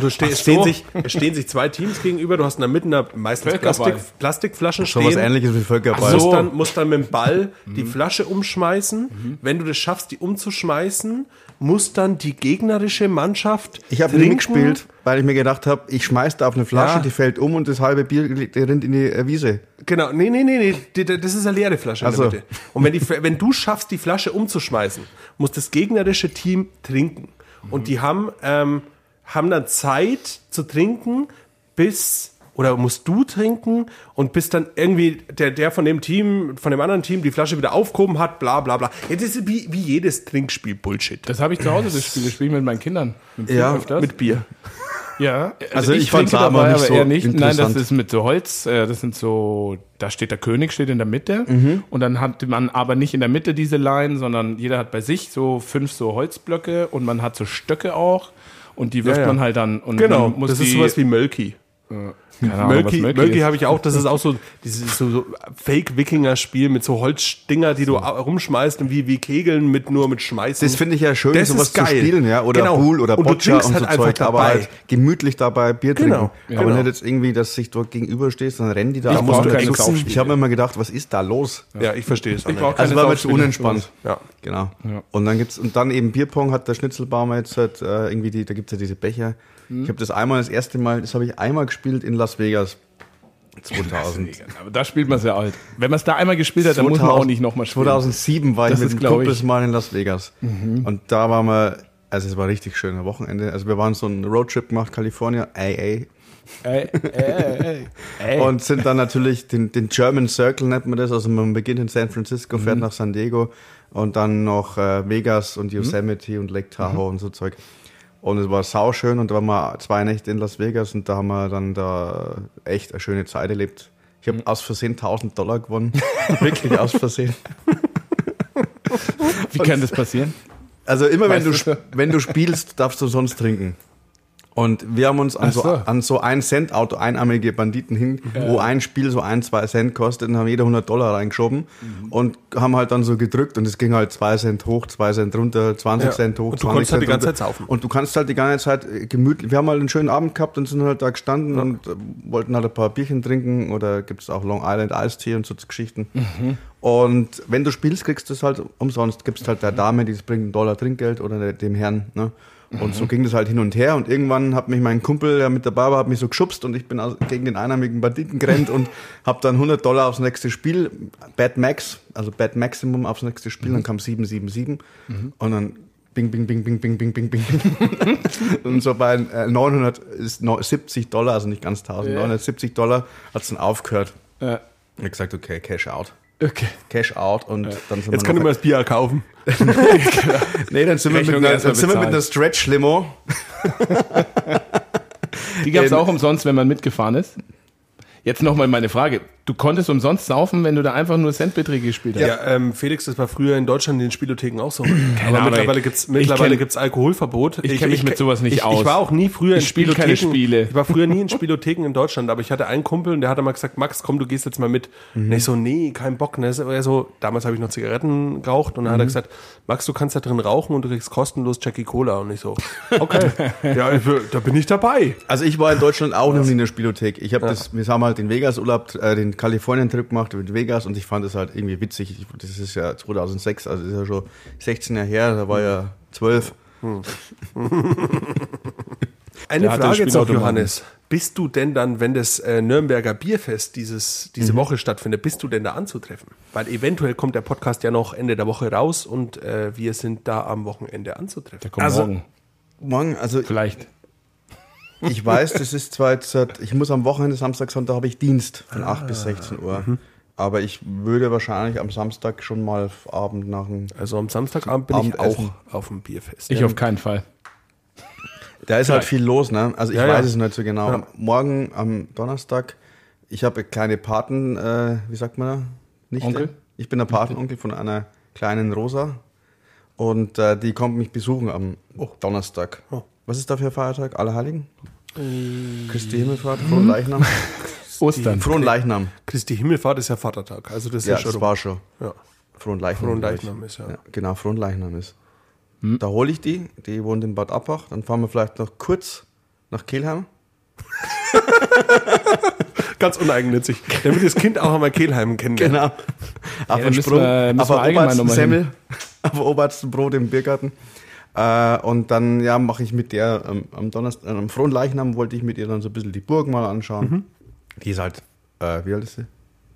S4: du stehst, stehen
S3: so.
S4: sich, es stehen sich zwei Teams gegenüber, du hast in der Mitte eine, meistens
S2: Völkerball.
S4: Plastik, Plastikflaschen
S3: so was
S4: stehen.
S3: ähnliches wie Völkerball.
S4: Musst,
S2: So.
S4: dann, musst dann mit dem Ball die Flasche umschmeißen. Wenn du das schaffst, die umzuschmeißen, muss dann die gegnerische Mannschaft.
S3: Ich habe nie
S4: trinken.
S3: gespielt, weil ich mir gedacht habe, ich schmeiß da auf eine Flasche,
S4: Ja.
S3: die fällt um und das halbe Bier rennt in die äh, Wiese.
S4: Genau, nee, nee, nee, nee, die- die- das ist eine leere Flasche. in
S3: Ach
S4: der
S3: so.
S4: Mitte. Und wenn, die, wenn du schaffst, die Flasche umzuschmeißen, muss das gegnerische Team trinken. Und die haben, ähm, haben dann Zeit zu trinken, bis, oder musst du trinken und bis dann irgendwie der, der von dem Team, von dem anderen Team die Flasche wieder aufgehoben hat, bla, bla, bla. Ja, das ist wie, wie jedes Trinkspiel Bullshit.
S2: Das habe ich zu Hause, das Spiel. Das spiele ich mit meinen Kindern. Mit
S3: Ja,
S2: öfters.
S4: Mit Bier.
S2: Ja,
S3: Also ich fand's
S2: trinke
S3: aber nicht so
S2: eher nicht. Nein, das
S3: interessant.
S2: ist mit so Holz, äh, das sind so, da steht der König, steht in der Mitte und dann hat man aber nicht in der Mitte diese Line, sondern jeder hat bei sich so fünf so Holzblöcke und man hat so Stöcke auch und die wirft
S4: ja.
S2: man halt dann. Und
S4: Genau,
S2: man muss
S4: das
S2: die,
S4: ist sowas wie Mölki.
S2: keine Ahnung, was
S4: Mölki,
S2: Mölki
S4: Mölki
S2: ist.
S4: habe ich auch, das ist auch so dieses so, so Fake-Wikinger-Spiel mit so Holzstinger, die du au- rumschmeißt und wie, wie Kegeln mit nur mit Schmeißen.
S3: Das finde ich ja schön,
S4: Das
S3: sowas
S4: ist geil.
S3: zu spielen, ja, oder
S4: Genau.
S3: Pool oder
S4: Und du
S3: Boccia und
S4: trinkst
S3: so
S4: halt einfach
S3: Zeug, aber
S4: dabei.
S3: halt gemütlich dabei Bier
S4: Genau,
S3: trinken. Aber
S4: genau.
S3: nicht jetzt irgendwie, dass sich dort gegenüberstehst, dann rennen die da.
S4: Ich
S3: ab
S4: brauch
S3: und
S4: keine
S3: zu.
S4: Saufspiele.
S3: ich habe immer gedacht, was ist da los?
S4: ja, ich verstehe es. auch nicht.
S2: brauch keine
S3: Also war mir zu
S2: Saufspiele.
S3: unentspannt.
S4: Ja.
S3: Genau.
S2: Ja.
S3: Und dann gibt's und dann eben Bierpong hat der Schnitzelbaumer jetzt halt äh, irgendwie die, da gibt's ja diese Becher.
S4: Hm.
S3: Ich habe das einmal, das erste Mal, das habe ich einmal gespielt in Las Vegas. 2000.
S2: Aber da spielt man sehr alt. Wenn man es da einmal gespielt hat, dann muss man auch nicht nochmal spielen.
S3: 2007 war
S2: Das
S3: ich
S2: ist,
S3: mit den
S2: glaub
S3: Kumpels
S2: ich- Mhm.
S3: mal in Las Vegas. Und da waren wir, also es war richtig schön am Wochenende. Also wir waren so einen Roadtrip gemacht, Kalifornien, AA.
S2: Ey, ey, ey, ey.
S3: Und sind dann natürlich den, den German Circle, nennt man das. Also man beginnt in San Francisco, fährt
S2: Mhm.
S3: nach San Diego und dann noch äh, Vegas und Yosemite und Lake
S2: Mhm.
S3: Tahoe und so Zeug. Und es war sauschön und da waren wir zwei Nächte in Las Vegas und da haben wir dann da echt eine schöne Zeit erlebt. Ich
S2: Mhm.
S3: habe aus Versehen 1000 Dollar gewonnen. Wirklich aus Versehen.
S2: Wie kann das passieren?
S3: Also immer wenn
S2: Weißt
S3: du,
S2: du schon?
S3: sp- wenn du spielst, darfst du sonst trinken. Und wir haben uns an
S2: Ach
S3: so,
S2: so.
S3: an so ein Cent Auto einarmige Banditen hin, wo ein Spiel so ein, zwei Cent kostet und haben jeder 100 Dollar reingeschoben
S4: Mhm.
S3: und haben halt dann so gedrückt und es ging halt zwei Cent hoch, zwei Cent runter, 20
S4: Ja.
S3: Cent hoch,
S4: Und du
S3: 20
S4: konntest
S3: Cent
S4: halt die ganze
S3: runter.
S4: Zeit saufen.
S3: Und du kannst halt die ganze Zeit äh, gemütlich, wir haben halt einen schönen Abend gehabt und sind halt da gestanden und äh, wollten halt ein paar Bierchen trinken oder gibt's auch Long Island Ice Tea und so Geschichten. Und wenn du spielst, kriegst du es halt umsonst, gibst halt der Dame, die es bringt, einen Dollar Trinkgeld oder der- dem Herrn. Ne? Und so ging das halt hin und her und irgendwann hat mich mein Kumpel, der mit der Barber, hat mich so geschubst und ich bin aus, gegen den einarmigen Banditen gerannt und habe dann 100 Dollar aufs nächste Spiel, Bad Max, also Bad Maximum aufs nächste Spiel, dann kam 777 und dann bing, bing, bing, bing, bing, bing, bing, bing. Und so bei äh, 970 Dollar, also nicht ganz 1000,
S2: Ja.
S3: 970 Dollar hat es dann aufgehört.
S2: Äh,
S3: Ich hab gesagt, okay, Cash out.
S2: okay.
S3: Cash out und dann sind
S4: Jetzt
S3: wir
S4: kann ich
S3: noch-
S4: mir das Bier kaufen.
S3: Nee, dann sind, wir mit,
S2: Rechnung
S3: einer,
S2: erst mal
S3: dann sind wir mit
S2: bezahlt.
S3: einer Stretch-Limo.
S2: Die gab es
S3: Ähm,
S2: auch umsonst, wenn man mitgefahren ist. Jetzt nochmal meine Frage. Du konntest umsonst saufen, wenn du da einfach nur Centbeträge gespielt hast?
S4: Ja, ähm, Felix, das war früher in Deutschland in den Spielotheken auch so. Aber
S2: Ahnung,
S4: mittlerweile
S2: ey.
S4: gibt's
S2: Ich
S4: mittlerweile
S2: kenn-
S4: gibt's Alkoholverbot.
S2: ich kenn mich mit sowas nicht
S4: ich,
S2: aus.
S4: Ich war auch nie früher
S2: Ich spiel keine Spiele.
S4: Ich war früher nie in Spielotheken in Deutschland, aber ich hatte einen Kumpel und der hat immer gesagt, Max, komm, du gehst jetzt mal mit.
S2: Mhm.
S4: Und ich so, nee, kein Bock. Und er ist- er so, damals habe ich noch Zigaretten geraucht und dann hat
S2: Mhm.
S4: er gesagt, Max, du kannst da drin rauchen und du kriegst kostenlos Jackie Cola. Und ich so, okay, ja, ich, will- da bin ich dabei.
S3: Also ich war in Deutschland auch noch nie in der Spielothek. Ich habe das, wir haben halt den Vegas-Urlaub, äh, den Kalifornien-Trip gemacht mit Vegas und ich fand das halt irgendwie witzig. Ich, das ist ja 2006, also das ist ja schon 16 Jahre her, da war ja 12.
S4: Eine
S2: Der hat
S4: Frage
S2: den
S4: jetzt noch,
S2: Spielautomaten.
S4: Johannes. Bist du denn dann, wenn das äh, Nürnberger Bierfest dieses, diese Woche stattfindet, bist du denn da anzutreffen? Weil eventuell kommt der Podcast ja noch Ende der Woche raus und äh, wir sind da am Wochenende anzutreffen.
S2: Komm,
S3: Also-
S2: morgen.
S3: Morgen, also
S2: Vielleicht.
S3: ich weiß, das ist zwar jetzt, halt- ich muss am Wochenende, Samstag, Sonntag habe ich Dienst von 8 bis 16 Uhr. Aber ich würde wahrscheinlich am Samstag schon mal Abend nach dem
S4: Also am Samstagabend bin ich
S3: Abendessen.
S4: auch auf dem Bierfest.
S3: ähm,
S2: Ich auf keinen Fall.
S3: Da ist halt viel los, ne? Also ich
S4: Ja, ja.
S3: weiß es nicht so genau. Morgen am Donnerstag, ich habe kleine Paten, äh, wie sagt man da? Nicht
S2: Onkel?
S3: Ich bin der Patenonkel von einer kleinen Rosa und äh, die kommt mich besuchen am Donnerstag.
S4: Oh.
S3: Was ist da für ein Feiertag? Allerheiligen? Christi Himmelfahrt, Frohen Leichnam.
S2: Ostern.
S3: Frohen Leichnam.
S4: Christi Himmelfahrt ist ja Vatertag. Also das ist
S3: Ja,
S4: ja schon.
S3: das war schon.
S4: ja.
S3: Frohen Leichnam.
S4: Frohen
S3: glaub ich.
S4: Leichnam ist ja.
S3: Genau, Frohen Leichnam ist. Da hole ich die, die wohnt in Bad Abbach. Dann fahren wir vielleicht noch kurz nach Kelheim.
S4: Ganz uneigennützig. Damit das Kind auch einmal Kehlheim kennenlernt.
S3: Genau. Auf
S2: dann
S3: den
S2: müssen
S3: Sprung,
S2: wir- müssen
S3: auf
S2: wir
S3: der
S2: allgemein
S3: obersten
S2: nochmal
S3: Semmel, auf der obersten Brot im Biergarten. Äh, und dann ja, mache ich mit der ähm, am Donnerstag, äh, am frohen Leichnam wollte ich mit ihr dann so ein bisschen die Burg mal anschauen.
S2: Mhm.
S3: Die ist halt, äh, wie alt ist sie?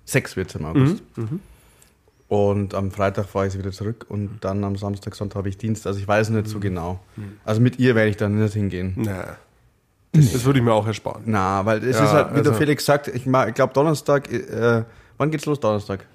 S3: Sechs wird sie im August.
S2: Mhm.
S3: Und am Freitag fahre ich sie wieder zurück und dann am Samstag, Sonntag habe ich Dienst. Also ich weiß nicht
S2: Mhm.
S3: so genau. Also mit ihr werde ich dann nicht hingehen.
S4: Na, das, würde ich mir auch ersparen.
S3: Na, weil es
S4: Ja,
S3: ist halt, wie der
S4: also-
S3: Felix sagt, ich, ma- ich glaube Donnerstag, äh, wann geht's los Donnerstag?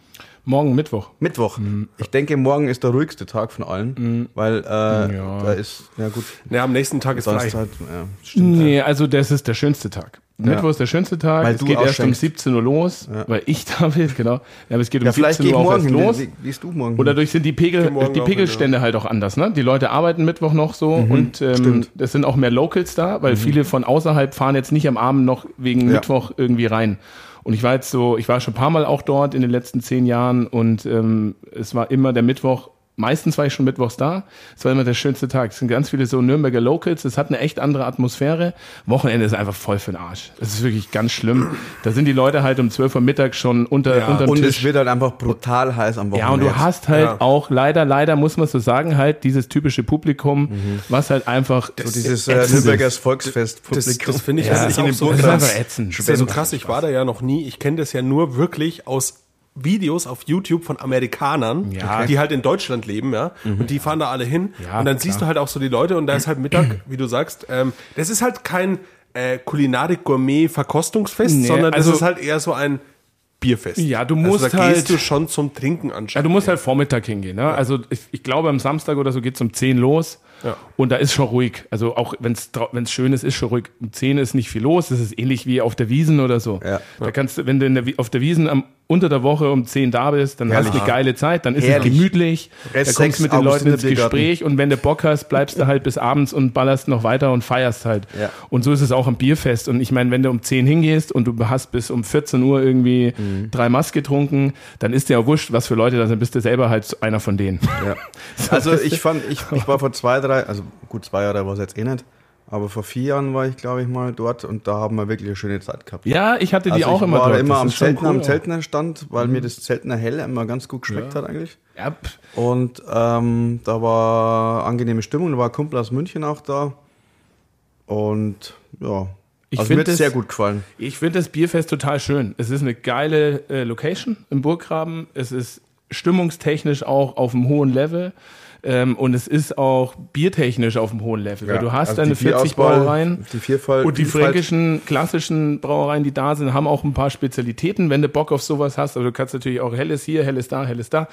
S2: Morgen Mittwoch.
S3: Mittwoch.
S2: Mhm.
S3: Ich denke, morgen ist der ruhigste Tag von allen, weil äh,
S2: Ja.
S3: da ist, ja gut,
S4: Ja, am nächsten Tag ist frei.
S3: Donnerstag, ja, stimmt.
S2: Nee, also das ist der schönste Tag. Mittwoch ist der schönste Tag.
S3: Weil
S2: es
S3: du
S2: geht erst um
S3: ausschenkst.
S2: 17 Uhr los, weil ich da bin, genau. Ja, aber es geht um
S3: Ja, vielleicht gehe
S2: 17
S3: ich
S2: Uhr auch
S3: morgen
S2: erst
S3: hin.
S2: los.
S3: Wie, wie ist du morgen?
S2: Und dadurch sind die, Pegel,
S4: morgen
S2: die
S4: auch hin,
S2: Pegelstände halt auch anders. Ne? Die Leute arbeiten Mittwoch noch so und ähm, es sind auch mehr Locals da, weil viele von außerhalb fahren jetzt nicht am Abend noch wegen
S3: Ja.
S2: Mittwoch irgendwie rein. Und ich war jetzt so, ich war schon ein paar Mal auch dort in den letzten zehn Jahren und ähm, es war immer der Mittwoch. Meistens war ich schon mittwochs da. Es war immer der schönste Tag. Es sind ganz viele so Nürnberger Locals. Es hat eine echt andere Atmosphäre. Wochenende ist einfach voll für den Arsch. Es ist wirklich ganz schlimm. Da sind die Leute halt um 12 Uhr Mittag schon unter,
S4: Ja,
S2: unterm
S3: und
S2: Tisch.
S3: es wird halt einfach brutal heiß am Wochenende.
S2: Ja, und du
S3: jetzt.
S2: hast halt
S4: Ja.
S2: auch leider, leider muss man so sagen, halt dieses typische Publikum,
S3: Mhm.
S2: was halt einfach.
S3: so dieses äh, Nürnberger Volksfest
S4: Das, das finde ich
S2: Ja.
S4: das ist
S2: In
S4: auch
S2: dem
S4: so
S2: Podcast.
S4: krass.
S2: Das ist einfach ätzend.
S4: Das ist ja so krass, ich war da ja noch nie. Ich kenne das ja nur wirklich aus Videos auf YouTube von Amerikanern,
S2: Ja. Mhm.
S4: die halt in Deutschland leben, ja. Und die fahren da alle hin.
S2: Ja,
S4: und dann
S2: klar.
S4: siehst du halt auch so die Leute und da ist halt Mittag, wie du sagst. Ähm, das ist halt kein äh, Kulinarik-Gourmet-Verkostungsfest,
S2: Nee,
S4: sondern
S2: also-
S4: das ist halt eher so ein Bierfest.
S2: Ja, du musst
S4: also da
S2: halt-
S4: gehst du schon zum Trinken
S2: Ja,
S4: anscheinend.
S2: du musst halt Vormittag hingehen. Ne? Also ich, ich glaube, am Samstag oder so geht's um 10 los.
S4: Ja.
S2: Und da ist schon ruhig. Also auch wenn's drau- wenn's schön ist, ist schon ruhig. Um 10 ist nicht viel los. Das ist ähnlich wie auf der Wiesen oder so.
S3: Ja.
S2: Da kannst du, wenn du in der, Wi- auf der Wiesen am, unter der Woche um 10 da bist, dann hast du eine geile Zeit. Dann ist
S3: Herrlich.
S2: es gemütlich.
S3: Rest
S2: da kommst
S3: sechs,
S2: du mit den Leuten
S3: Augustiner
S2: ins
S3: Biergarten.
S2: Gespräch. Und wenn du Bock hast, bleibst du halt bis abends und ballerst noch weiter und feierst halt.
S3: Ja.
S2: Und so ist es auch am Bierfest. Und ich meine, wenn du um 10 hingehst und du hast bis um 14 Uhr irgendwie
S3: Mhm.
S2: drei Mass getrunken, dann ist dir ja wurscht, was für Leute da sind, bist du selber halt so einer von denen.
S3: Ja. Also ich fand, ich, ich war vor zwei, drei, also gut, zwei Jahre war es jetzt eh nicht, aber vor vier Jahren war ich, glaube ich, mal dort und da haben wir wirklich eine schöne Zeit gehabt.
S2: Ja, ich hatte die
S3: also
S2: auch
S3: ich
S2: immer
S3: war
S2: dort.
S3: immer
S2: Das
S3: am
S2: ist schon
S3: Zeltner,
S2: cool
S3: am
S2: auch.
S3: Zeltnerstand, weil mir das Zeltner Hell immer ganz gut geschmeckt hat eigentlich.
S2: Ja, pff.
S3: Und ähm, da war angenehme Stimmung, da war ein Kumpel aus München auch da. Und ja,
S2: Ich
S3: also
S2: find
S3: mir hat
S2: das-
S3: es sehr gut gefallen.
S2: Ich finde das Bierfest total schön. Es ist eine geile äh, Location im Burggraben. Es ist stimmungstechnisch auch auf einem hohen Level. Ähm, und es ist auch biertechnisch auf einem hohen Level. Weil du hast
S3: also
S2: deine
S3: die
S2: 40
S3: Bierauswahl,
S2: Brauereien.
S3: Die Vielfalt.
S2: Und die
S3: Vielfalt-
S2: fränkischen, klassischen Brauereien, die da sind, haben auch ein paar Spezialitäten, wenn du Bock auf sowas hast. Aber du kannst natürlich auch helles hier, helles da, helles da.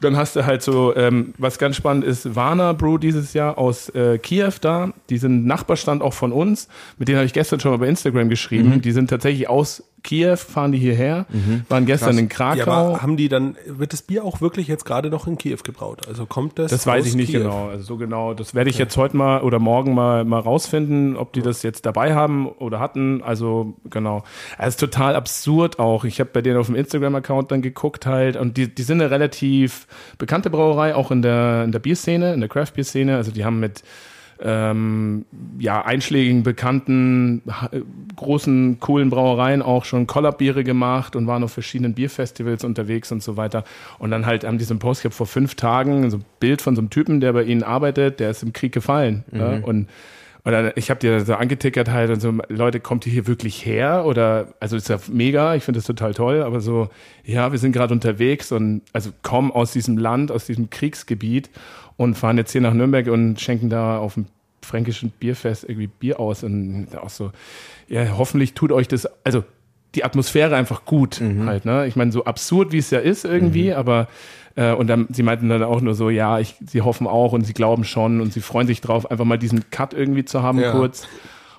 S2: Dann hast du halt so, ähm, was ganz spannend ist, Warner Brew dieses Jahr aus äh, Kiew da. Die sind Nachbarstand auch von uns. Mit denen habe ich gestern schon mal bei Instagram geschrieben.
S4: Mhm.
S2: Die sind tatsächlich aus Kiew, fahren die hierher, waren gestern in
S4: Ja,
S2: Krakau.
S4: aber haben die dann, wird das Bier auch wirklich jetzt gerade noch in Kiew gebraut? Also kommt das?
S2: Das weiß
S4: aus
S2: ich nicht
S4: Kiew?
S2: genau. Also so genau, das werde ich jetzt heute mal oder morgen mal, mal rausfinden, ob die das jetzt dabei haben oder hatten. Also genau. Es ist total absurd auch. Ich habe bei denen auf dem Instagram-Account dann geguckt halt und die, die sind eine relativ bekannte Brauerei, auch in der, in der Bierszene, in der Craft-Bier-Szene. Also die haben mit ähm, ja, einschlägigen, bekannten, ha- äh, großen, coolen Brauereien auch schon Collab-Biere gemacht und waren auf verschiedenen Bierfestivals unterwegs und so weiter. Und dann halt haben die so ein Post gehabt vor fünf Tagen, so ein Bild von so einem Typen, der bei ihnen arbeitet, der ist im Krieg gefallen. Ja? Und und dann, ich habe dir so angetickert halt und so, Leute, kommt ihr hier wirklich her? Oder, also ist ja mega, ich finde das total toll, aber so, ja, wir sind gerade unterwegs und also kommen aus diesem Land, aus diesem Kriegsgebiet und fahren jetzt hier nach Nürnberg und schenken da auf dem fränkischen Bierfest irgendwie Bier aus und auch so, ja, hoffentlich tut euch das, also die Atmosphäre einfach gut
S3: Mhm.
S2: halt, ne? Ich meine, so absurd wie es ja ist irgendwie, aber äh, und dann, sie meinten dann auch nur so, ja, ich, sie hoffen auch und sie glauben schon und sie freuen sich drauf, einfach mal diesen Cut irgendwie zu haben
S4: Ja.
S2: kurz.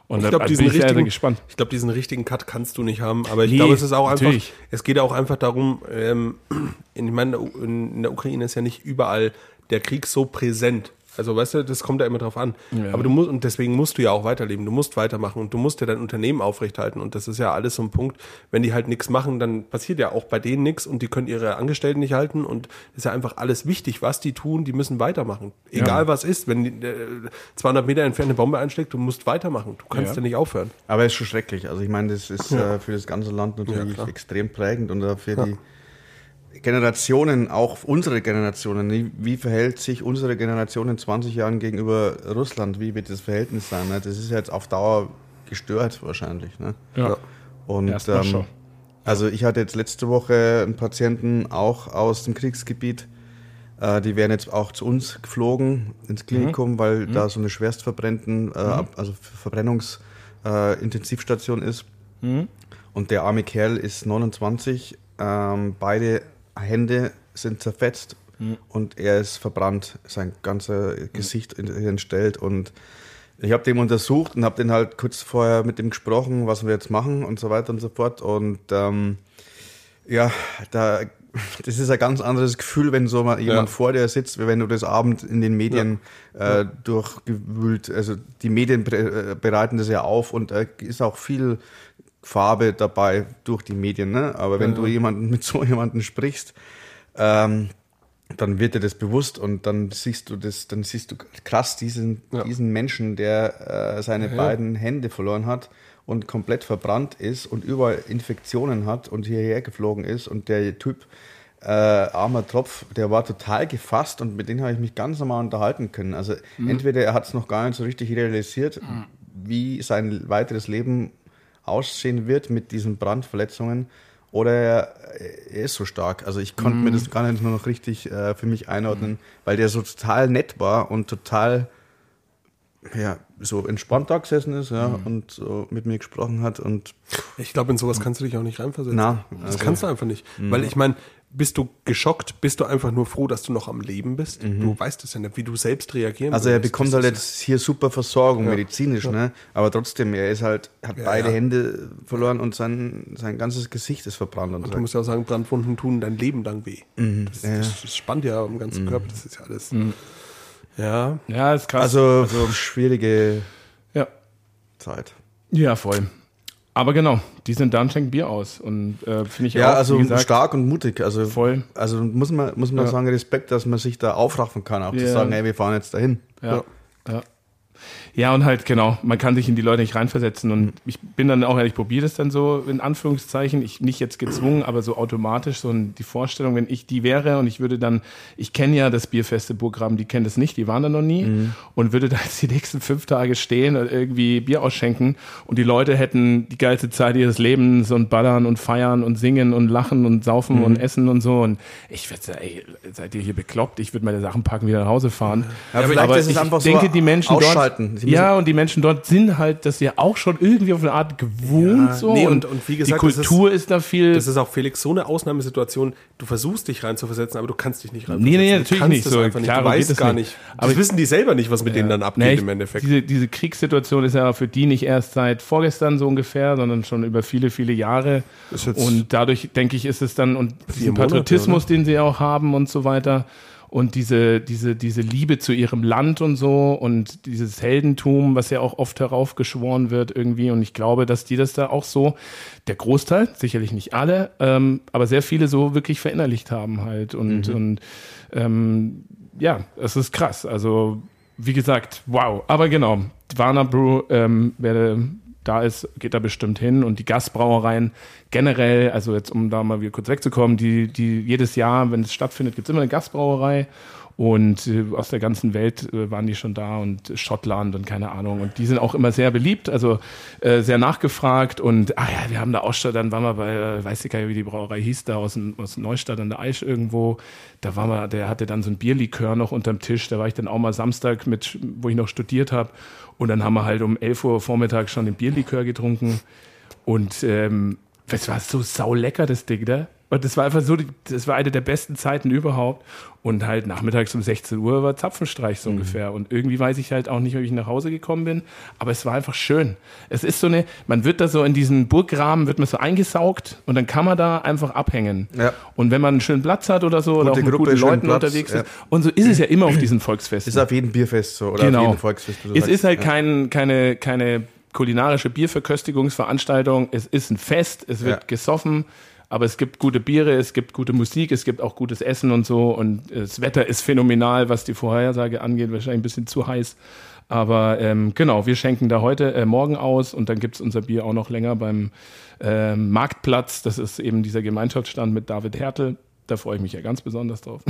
S2: Und
S4: Ich
S2: da
S4: glaube,
S2: bin ich
S4: diesen,
S2: sehr, sehr
S4: richtigen-
S2: gespannt.
S4: ich glaub, diesen richtigen Cut kannst du nicht haben, aber ich
S2: Nee,
S4: glaube, es ist auch einfach,
S2: natürlich.
S4: es geht auch einfach darum, ähm, in, ich meine, in in der Ukraine ist ja nicht überall der Krieg so präsent. Also, weißt du, das kommt ja immer drauf an. Aber du musst, und deswegen musst du ja auch weiterleben, du musst weitermachen und du musst ja dein Unternehmen aufrechthalten. Und das ist ja alles so ein Punkt, wenn die halt nichts machen, dann passiert ja auch bei denen nichts und die können ihre Angestellten nicht halten und ist ja einfach alles wichtig, was die tun, die müssen weitermachen. Egal was ist, wenn die, äh, 200 Meter entfernt eine Bombe einschlägt, du musst weitermachen. Du kannst ja,
S2: Ja.
S4: nicht aufhören.
S3: Aber es ist schon schrecklich. Also ich meine, das ist äh, für das ganze Land natürlich extrem prägend und äh, für die Generationen, auch unsere Generationen. Wie- Wie verhält sich unsere Generation in 20 Jahren gegenüber Russland? Wie wird das Verhältnis sein? Ne? Das ist jetzt auf Dauer gestört wahrscheinlich. Ne?
S2: Ja.
S3: Und
S2: Erstmal
S3: ähm,
S2: schon.
S3: also ich hatte jetzt letzte Woche einen Patienten auch aus dem Kriegsgebiet. Äh, die wären jetzt auch zu uns geflogen ins
S2: Mhm.
S3: Klinikum, weil da so eine schwerstverbrennten, äh, ab- also Verbrennungsintensivstation äh, Intensivstation ist. Und der arme Kerl ist 29. Ähm, beide Hände sind zerfetzt und er ist verbrannt, sein ganzer Gesicht in- entstellt und ich habe den untersucht und habe den halt kurz vorher mit ihm gesprochen, was wir jetzt machen und so weiter und so fort und ähm, ja, da, das ist ein ganz anderes Gefühl, wenn so mal jemand vor dir sitzt, wie wenn du das Abend in den Medien äh, durchgewühlt, also die Medien bre- äh, bereiten das ja auf und äh, ist auch viel Farbe dabei durch die Medien, ne? aber wenn du jemanden mit so jemanden sprichst, ähm, dann wird dir das bewusst und dann siehst du das, dann siehst du krass diesen, diesen Menschen, der äh, seine beiden Hände verloren hat und komplett verbrannt ist und überall Infektionen hat und hierher geflogen ist und der Typ, äh, armer Tropf, der war total gefasst und mit dem habe ich mich ganz normal unterhalten können. Also entweder er hat es noch gar nicht so richtig realisiert, wie sein weiteres Leben aussehen wird mit diesen Brandverletzungen oder er, er ist so stark. Also ich konnte mir das gar nicht nur noch richtig äh, für mich einordnen, weil der so total nett war und total ja, so entspannt da gesessen ist ja,
S2: Mhm.
S3: und so mit mir gesprochen hat und
S4: Ich glaube, in sowas kannst du dich auch nicht reinversetzen.
S3: Na,
S4: das
S3: also-
S4: kannst du einfach nicht. Weil ich meine, bist du geschockt, bist du einfach nur froh, dass du noch am Leben bist? Du weißt es ja nicht, wie du selbst reagieren
S3: Mhm. also er
S4: würdest.
S3: bekommt
S4: Das
S3: halt
S4: ist-
S3: jetzt hier super Versorgung medizinisch, ne? Aber trotzdem, er ist halt, hat beide
S4: ja.
S3: Hände verloren und sein, sein ganzes Gesicht ist verbrannt und,
S4: Du
S3: so.
S4: musst ja auch sagen, Brandwunden tun dein Leben lang weh.
S2: Mhm.
S4: Das, das, das spannt ja am ganzen Körper, das ist ja alles. Ja.
S2: Ja, ist krass.
S3: Also, schwierige
S2: ja.
S3: Zeit.
S2: ja, voll. Aber genau, die sind dann schenkt Bier aus. Und äh, finde ich
S3: Ja,
S2: auch,
S3: also
S2: wie gesagt,
S3: stark und mutig. Also,
S2: Voll.
S3: also muss man, muss man
S2: Ja.
S3: sagen, Respekt, dass man sich da aufraffen kann, auch
S2: Ja.
S3: zu sagen, hey, wir fahren jetzt dahin.
S2: Ja. ja. Ja, und halt, genau, man kann sich in die Leute nicht reinversetzen. Und ich bin dann auch ehrlich, probiere das dann so in Anführungszeichen, ich nicht jetzt gezwungen, aber so automatisch, so ein- die Vorstellung, wenn ich die wäre und ich würde dann, ich kenne ja das Bierfeste Burggraben, die kennen das nicht, die waren da noch nie und würde da jetzt die nächsten fünf Tage stehen und irgendwie Bier ausschenken und die Leute hätten die geilste Zeit ihres Lebens und ballern und feiern und singen und lachen und saufen und essen und so. Und ich würde sagen, ey, seid ihr hier bekloppt? Ich würde meine Sachen packen, wieder nach Hause fahren.
S3: Ja, vielleicht ist es
S2: ich
S3: einfach so
S2: denke, die Menschen
S3: ausschalten.
S2: Dort,
S3: Sie müssen-
S2: ja, und die Menschen dort sind halt das ja auch schon irgendwie auf eine Art gewohnt.
S4: Ja,
S2: so.
S4: nee, und- und wie gesagt,
S2: die
S4: das ist-
S2: Kultur ist, da viel.
S4: Das ist auch Felix so eine Ausnahmesituation. Du versuchst dich reinzuversetzen, aber du kannst dich nicht
S2: nee,
S4: reinversetzen.
S2: nee,
S4: Du
S2: natürlich
S4: kannst
S2: nicht
S4: es
S2: so.
S4: Einfach nicht.
S2: Klar,
S4: Du weißt
S2: geht es
S4: gar
S2: nicht.
S4: nicht.
S2: Aber
S4: das
S2: ich-
S4: wissen die selber nicht, was mit denen dann abgeht
S2: Nee, ich-
S4: im Endeffekt.
S2: Diese, diese Kriegssituation ist ja für die nicht erst seit vorgestern so ungefähr, sondern schon über viele, viele Jahre.
S4: Ist jetzt-
S2: und dadurch, denke ich, ist es dann, und diesen
S4: Monate,
S2: Patriotismus, den sie auch haben und so weiter, und diese, diese, diese Liebe zu ihrem Land und so und dieses Heldentum, was ja auch oft heraufgeschworen wird irgendwie. Und ich glaube, dass die das da auch so, der Großteil, sicherlich nicht alle, ähm, aber sehr viele so wirklich verinnerlicht haben halt. Und,
S4: Mhm.
S2: und ähm, ja, es ist krass. Also, wie gesagt, wow. Aber genau, Warner Brew, ähm, wer da ist, geht da bestimmt hin. Und die Gastbrauereien generell, also jetzt um da mal wieder kurz wegzukommen, die, die jedes Jahr, wenn es stattfindet, gibt es immer eine Gastbrauerei. Und äh, aus der ganzen Welt äh, waren die schon da und Schottland und keine Ahnung. Und die sind auch immer sehr beliebt, also äh, sehr nachgefragt. Und ah ja, wir haben da auch schon, dann waren wir bei, äh, weiß ich gar nicht, wie die Brauerei hieß, da aus, dem- aus Neustadt an der Aisch irgendwo. Da waren wir, der hatte dann so ein Bierlikör noch unterm Tisch. Da war ich dann auch mal Samstag mit, wo ich noch studiert habe. Und dann haben wir halt um 11 Uhr Vormittag schon den Bierlikör getrunken. Und ähm, es war so saulecker, das Ding, ne? Und das war einfach so, die- das war eine der besten Zeiten überhaupt. Und halt nachmittags um 16 Uhr war Zapfenstreich
S3: Mhm.
S2: so ungefähr. Und irgendwie weiß ich halt auch nicht, ob ich nach Hause gekommen bin. Aber es war einfach schön. Es ist so eine, man wird da so in diesen Burggraben, wird man so eingesaugt und dann kann man da einfach abhängen.
S3: Ja.
S2: Und wenn man einen schönen Platz hat oder so, oder auch
S3: Gute
S2: mit
S3: Gruppe,
S2: guten
S3: schönen
S2: Leuten
S3: Platz,
S2: unterwegs ist.
S3: ja.
S2: Und so ist es ja immer auf ne? diesen Volksfesten
S3: Ist auf jedem Bierfest so oder auf jedem Volksfest. wie du
S2: Genau. es
S3: sagst.
S2: ist halt kein, keine, keine kulinarische Bierverköstigungsveranstaltung. Es ist ein Fest, es wird
S3: Ja.
S2: gesoffen, aber es gibt gute Biere, es gibt gute Musik, es gibt auch gutes Essen und so. Und äh, das Wetter ist phänomenal, was die Vorhersage angeht, wahrscheinlich ein bisschen zu heiß. Aber ähm, genau, wir schenken da heute äh, morgen aus und dann gibt's unser Bier auch noch länger beim ähm, Marktplatz. Das ist eben dieser Gemeinschaftsstand mit David Hertel. Da freue ich mich ja ganz besonders drauf.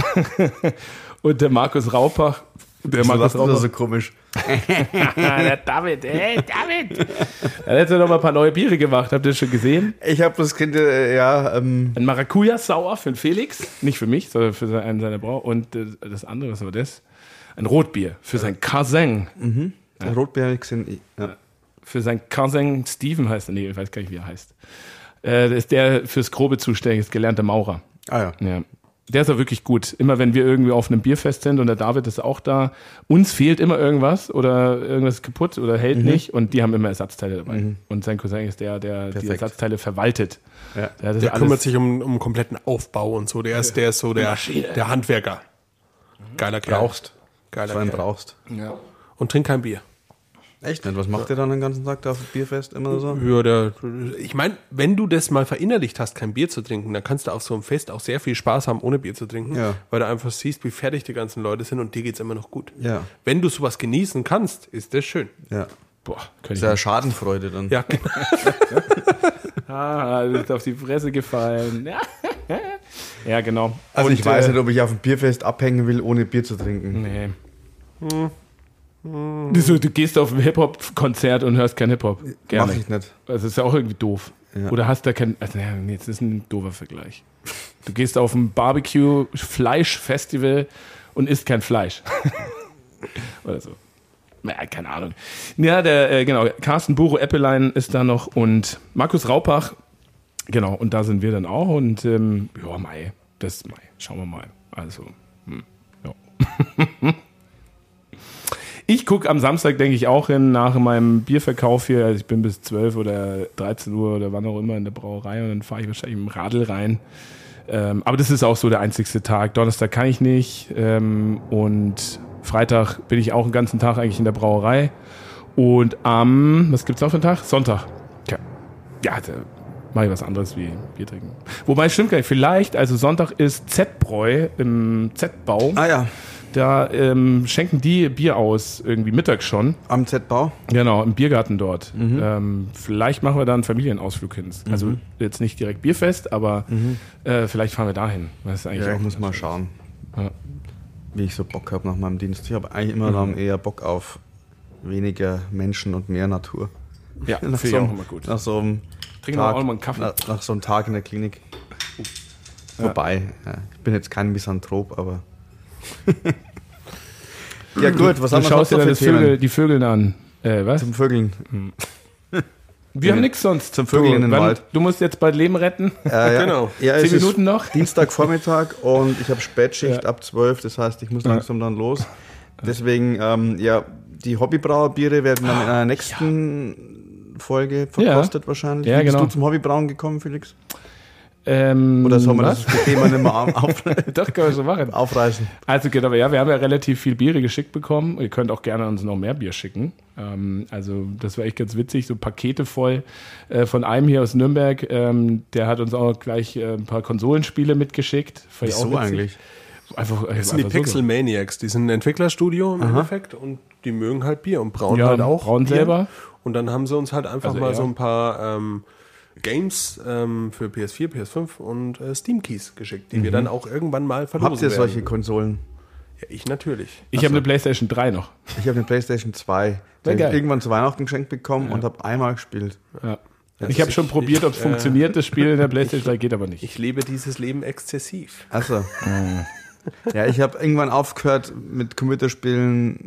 S2: und der Markus Raupach. Der
S3: Wieso lachst du da so komisch.
S2: Ah, der David, ey, David. Er hat ja noch mal ein paar neue Biere gemacht. Habt ihr das schon gesehen?
S3: Ich habe das Kind, äh, ja, ähm,
S2: Ein Maracuja-Sauer für den Felix. Nicht für mich, sondern für seinen- einen seiner Brau. Und äh, das andere, was war das? Ein Rotbier für sein Kaseng.
S3: Rotbeer gesehen. Ja.
S2: Für sein Kaseng Steven heißt er. Nee, ich weiß gar nicht, wie er heißt. Äh, das ist der fürs Grobe zuständig ist, gelernte Maurer.
S3: Ah ja.
S2: Ja. Der ist ja wirklich gut. Immer wenn wir irgendwie auf einem Bierfest sind und der David ist auch da, uns fehlt immer irgendwas oder irgendwas ist kaputt oder hält
S3: Mhm.
S2: nicht und die haben immer Ersatzteile dabei. Und sein Cousin ist der, der die
S3: Perfekt.
S2: Ersatzteile verwaltet. Ja. Der, das
S4: Der
S2: alles-
S4: kümmert sich um, um kompletten Aufbau und so. Der ist, der ist so der, der Handwerker.
S2: Mhm.
S4: Geiler Kerl.
S3: Brauchst.
S4: Geiler
S3: Vor allem
S4: Kerl.
S3: brauchst.
S2: Ja.
S4: Und trinkt kein Bier.
S3: Echt nicht? Was macht ihr dann den ganzen Tag da auf dem Bierfest immer so?
S4: Ja, der, ich meine, wenn du das mal verinnerlicht hast, kein Bier zu trinken, dann kannst du auf so einem Fest auch sehr viel Spaß haben, ohne Bier zu trinken,
S3: Ja.
S4: weil du einfach siehst, wie fertig die ganzen Leute sind und dir geht's immer noch gut.
S3: Ja.
S4: Wenn du sowas genießen kannst, ist das schön.
S3: Ja.
S2: Boah, könnte ich
S3: Ist ja Schadenfreude dann.
S4: Ja, genau.
S2: Ah, du bist auf die Fresse gefallen. Ja, ja genau.
S3: Also
S2: Und,
S3: ich weiß
S2: äh, Hm.
S3: nicht, ob ich auf dem Bierfest abhängen will, ohne Bier zu trinken.
S2: Nee. Wieso, du gehst auf ein Hip-Hop-Konzert und hörst kein Hip-Hop.
S3: Mach
S2: Gerne.
S3: ich nicht.
S2: Also ist ja auch irgendwie doof.
S3: Ja.
S2: Oder hast da kein. Also, naja, nee, jetzt ist ein doofer Vergleich. Du gehst auf ein Barbecue-Fleisch-Festival und isst kein Fleisch. Oder so. Naja, keine Ahnung. Ja, der, äh, genau, Carsten Buro Eppelein ist da noch und Markus Raupach. Genau, und da sind wir dann auch. Und ähm, ja, Mai. Das ist Mai. Schauen wir mal. Also, hm, ja. Ich gucke am Samstag, denke ich, auch hin, nach meinem Bierverkauf hier. Also ich bin bis 12 oder 13 Uhr oder wann auch immer in der Brauerei und dann fahre ich wahrscheinlich mit dem Radl rein. Ähm, aber das ist auch so der einzigste Tag. Donnerstag kann ich nicht. Ähm, und Freitag bin ich auch den ganzen Tag eigentlich in der Brauerei. Und am, was gibt's noch für einen Tag? Sonntag. Tja. Ja, da mache ich was anderes wie Bier trinken. Wobei, stimmt gar nicht. Vielleicht, also Sonntag ist Z-Bräu im Z-Bau.
S3: Ah ja,
S2: Da ähm, schenken die Bier aus, irgendwie mittags schon.
S3: am Z-Bau.
S2: Genau, im Biergarten dort.
S3: Mhm.
S2: Ähm, vielleicht machen wir da einen Familienausflug hin. Also jetzt nicht direkt Bierfest, aber äh, vielleicht fahren wir dahin. Das ist eigentlich
S3: Mhm. Ja,
S2: auch
S3: ich muss mal schauen,
S2: Ja.
S3: wie ich so Bock habe nach meinem Dienst. Ich habe eigentlich immer dann eher Bock auf weniger Menschen und mehr Natur.
S2: Ja,
S3: Nach Äh,
S2: finde ich
S3: so
S2: auch
S3: einem-
S2: immer gut.
S3: Nach so einem
S2: Trinken wir
S3: Tag,
S2: auch mal einen Kaffee.
S3: Nach, nach so einem Tag in der Klinik. Wobei, ja, ich bin jetzt kein Misanthrop, aber. ja, gut, was
S2: Du
S3: haben wir sonst
S2: schaust dir
S3: noch
S2: dann
S3: für
S2: das
S3: Themen?
S2: Vögel, die Vögel an. Äh, was?
S3: Zum Vögeln.
S2: Wir haben nichts sonst.
S3: Zum Vögeln
S2: du,
S3: in den
S2: wann-
S3: Wald.
S2: Du musst jetzt bald Leben retten.
S3: Äh, ja,
S4: Genau.
S3: Ja,
S2: Zehn
S3: es ist
S2: Minuten noch.
S3: Dienstagvormittag und ich habe Spätschicht
S2: Ja.
S3: ab 12, das heißt, ich muss langsam dann los. Deswegen, ähm, ja, die Hobbybrauerbiere werden dann in
S2: Ah,
S3: einer nächsten Folge verkostet wahrscheinlich.
S2: Ja,
S3: Wie
S2: genau.
S3: Bist du zum Hobbybrauen gekommen, Felix?
S2: Ähm,
S3: Oder soll man
S2: was?
S3: das Thema nicht mehr auf,
S2: Doch, können wir so machen.
S3: aufreißen?
S2: Also geht aber ja, wir haben ja relativ viel Biere geschickt bekommen. Ihr könnt auch gerne uns noch mehr Bier schicken. Ähm, also das war echt ganz witzig, so Pakete voll äh, von einem hier aus Nürnberg. Ähm, der hat uns auch gleich äh, ein paar Konsolenspiele mitgeschickt. Fand ich auch
S3: Wieso
S2: witzig.
S3: eigentlich?
S2: Einfach,
S4: Das sind die Pixel Maniacs. Die sind ein Entwicklerstudio im Endeffekt und die mögen halt Bier und brauen
S2: Ja,
S4: halt auch.
S2: brauen
S4: Bier.
S2: selber.
S4: Und dann haben sie uns halt einfach
S2: Also
S4: mal
S2: er.
S4: so ein paar ähm, Games ähm, für PS4, PS5 und äh, Steam Keys geschickt, die wir dann auch irgendwann mal verlosen
S3: Mhm. Habt ihr
S4: werden.
S3: solche Konsolen?
S4: Ja, ich natürlich.
S2: Ich habe eine Playstation 3 noch.
S3: Ich habe eine Playstation 2. Die
S2: Sehr
S3: habe ich
S2: geil.
S3: irgendwann zu Weihnachten geschenkt bekommen und habe einmal gespielt.
S2: Ja. Ich habe schon probiert, ob es funktioniert, das Spiel in der Playstation 3 geht aber nicht.
S4: äh, Ich lebe dieses Leben exzessiv.
S3: Achso. Also. ja, ich habe irgendwann aufgehört mit Computerspielen,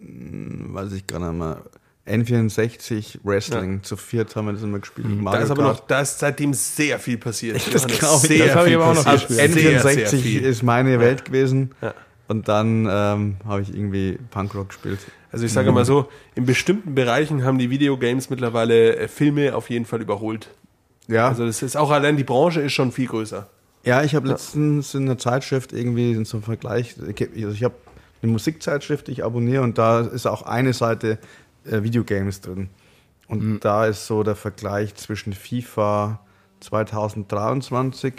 S3: hm, weiß ich gar nicht mehr. N64 Wrestling. Zu viert haben wir das immer gespielt. Mario
S4: Mhm. Da ist aber noch,
S3: Kart.
S4: da ist seitdem sehr viel passiert.
S3: das
S4: Johannes.
S3: glaub Oh ich.
S4: Sehr
S2: Das hab ich
S4: viel
S2: aber auch noch
S4: passiert. Also
S2: gespielt.
S4: Sehr,
S3: N64
S4: sehr viel.
S3: ist meine Welt gewesen.
S4: Ja.
S3: Und dann ähm, habe ich irgendwie Punkrock gespielt.
S4: Also ich sage mal so, in bestimmten Bereichen haben die Videogames mittlerweile äh, Filme auf jeden Fall überholt.
S3: Ja,
S4: Also das ist auch allein die Branche ist schon viel größer.
S3: ja ich habe letztens in der Zeitschrift irgendwie in so einem Vergleich, also ich habe eine Musikzeitschrift, die ich abonniere und da ist auch eine Seite äh, Videogames drin. Und da ist so der Vergleich zwischen FIFA 2023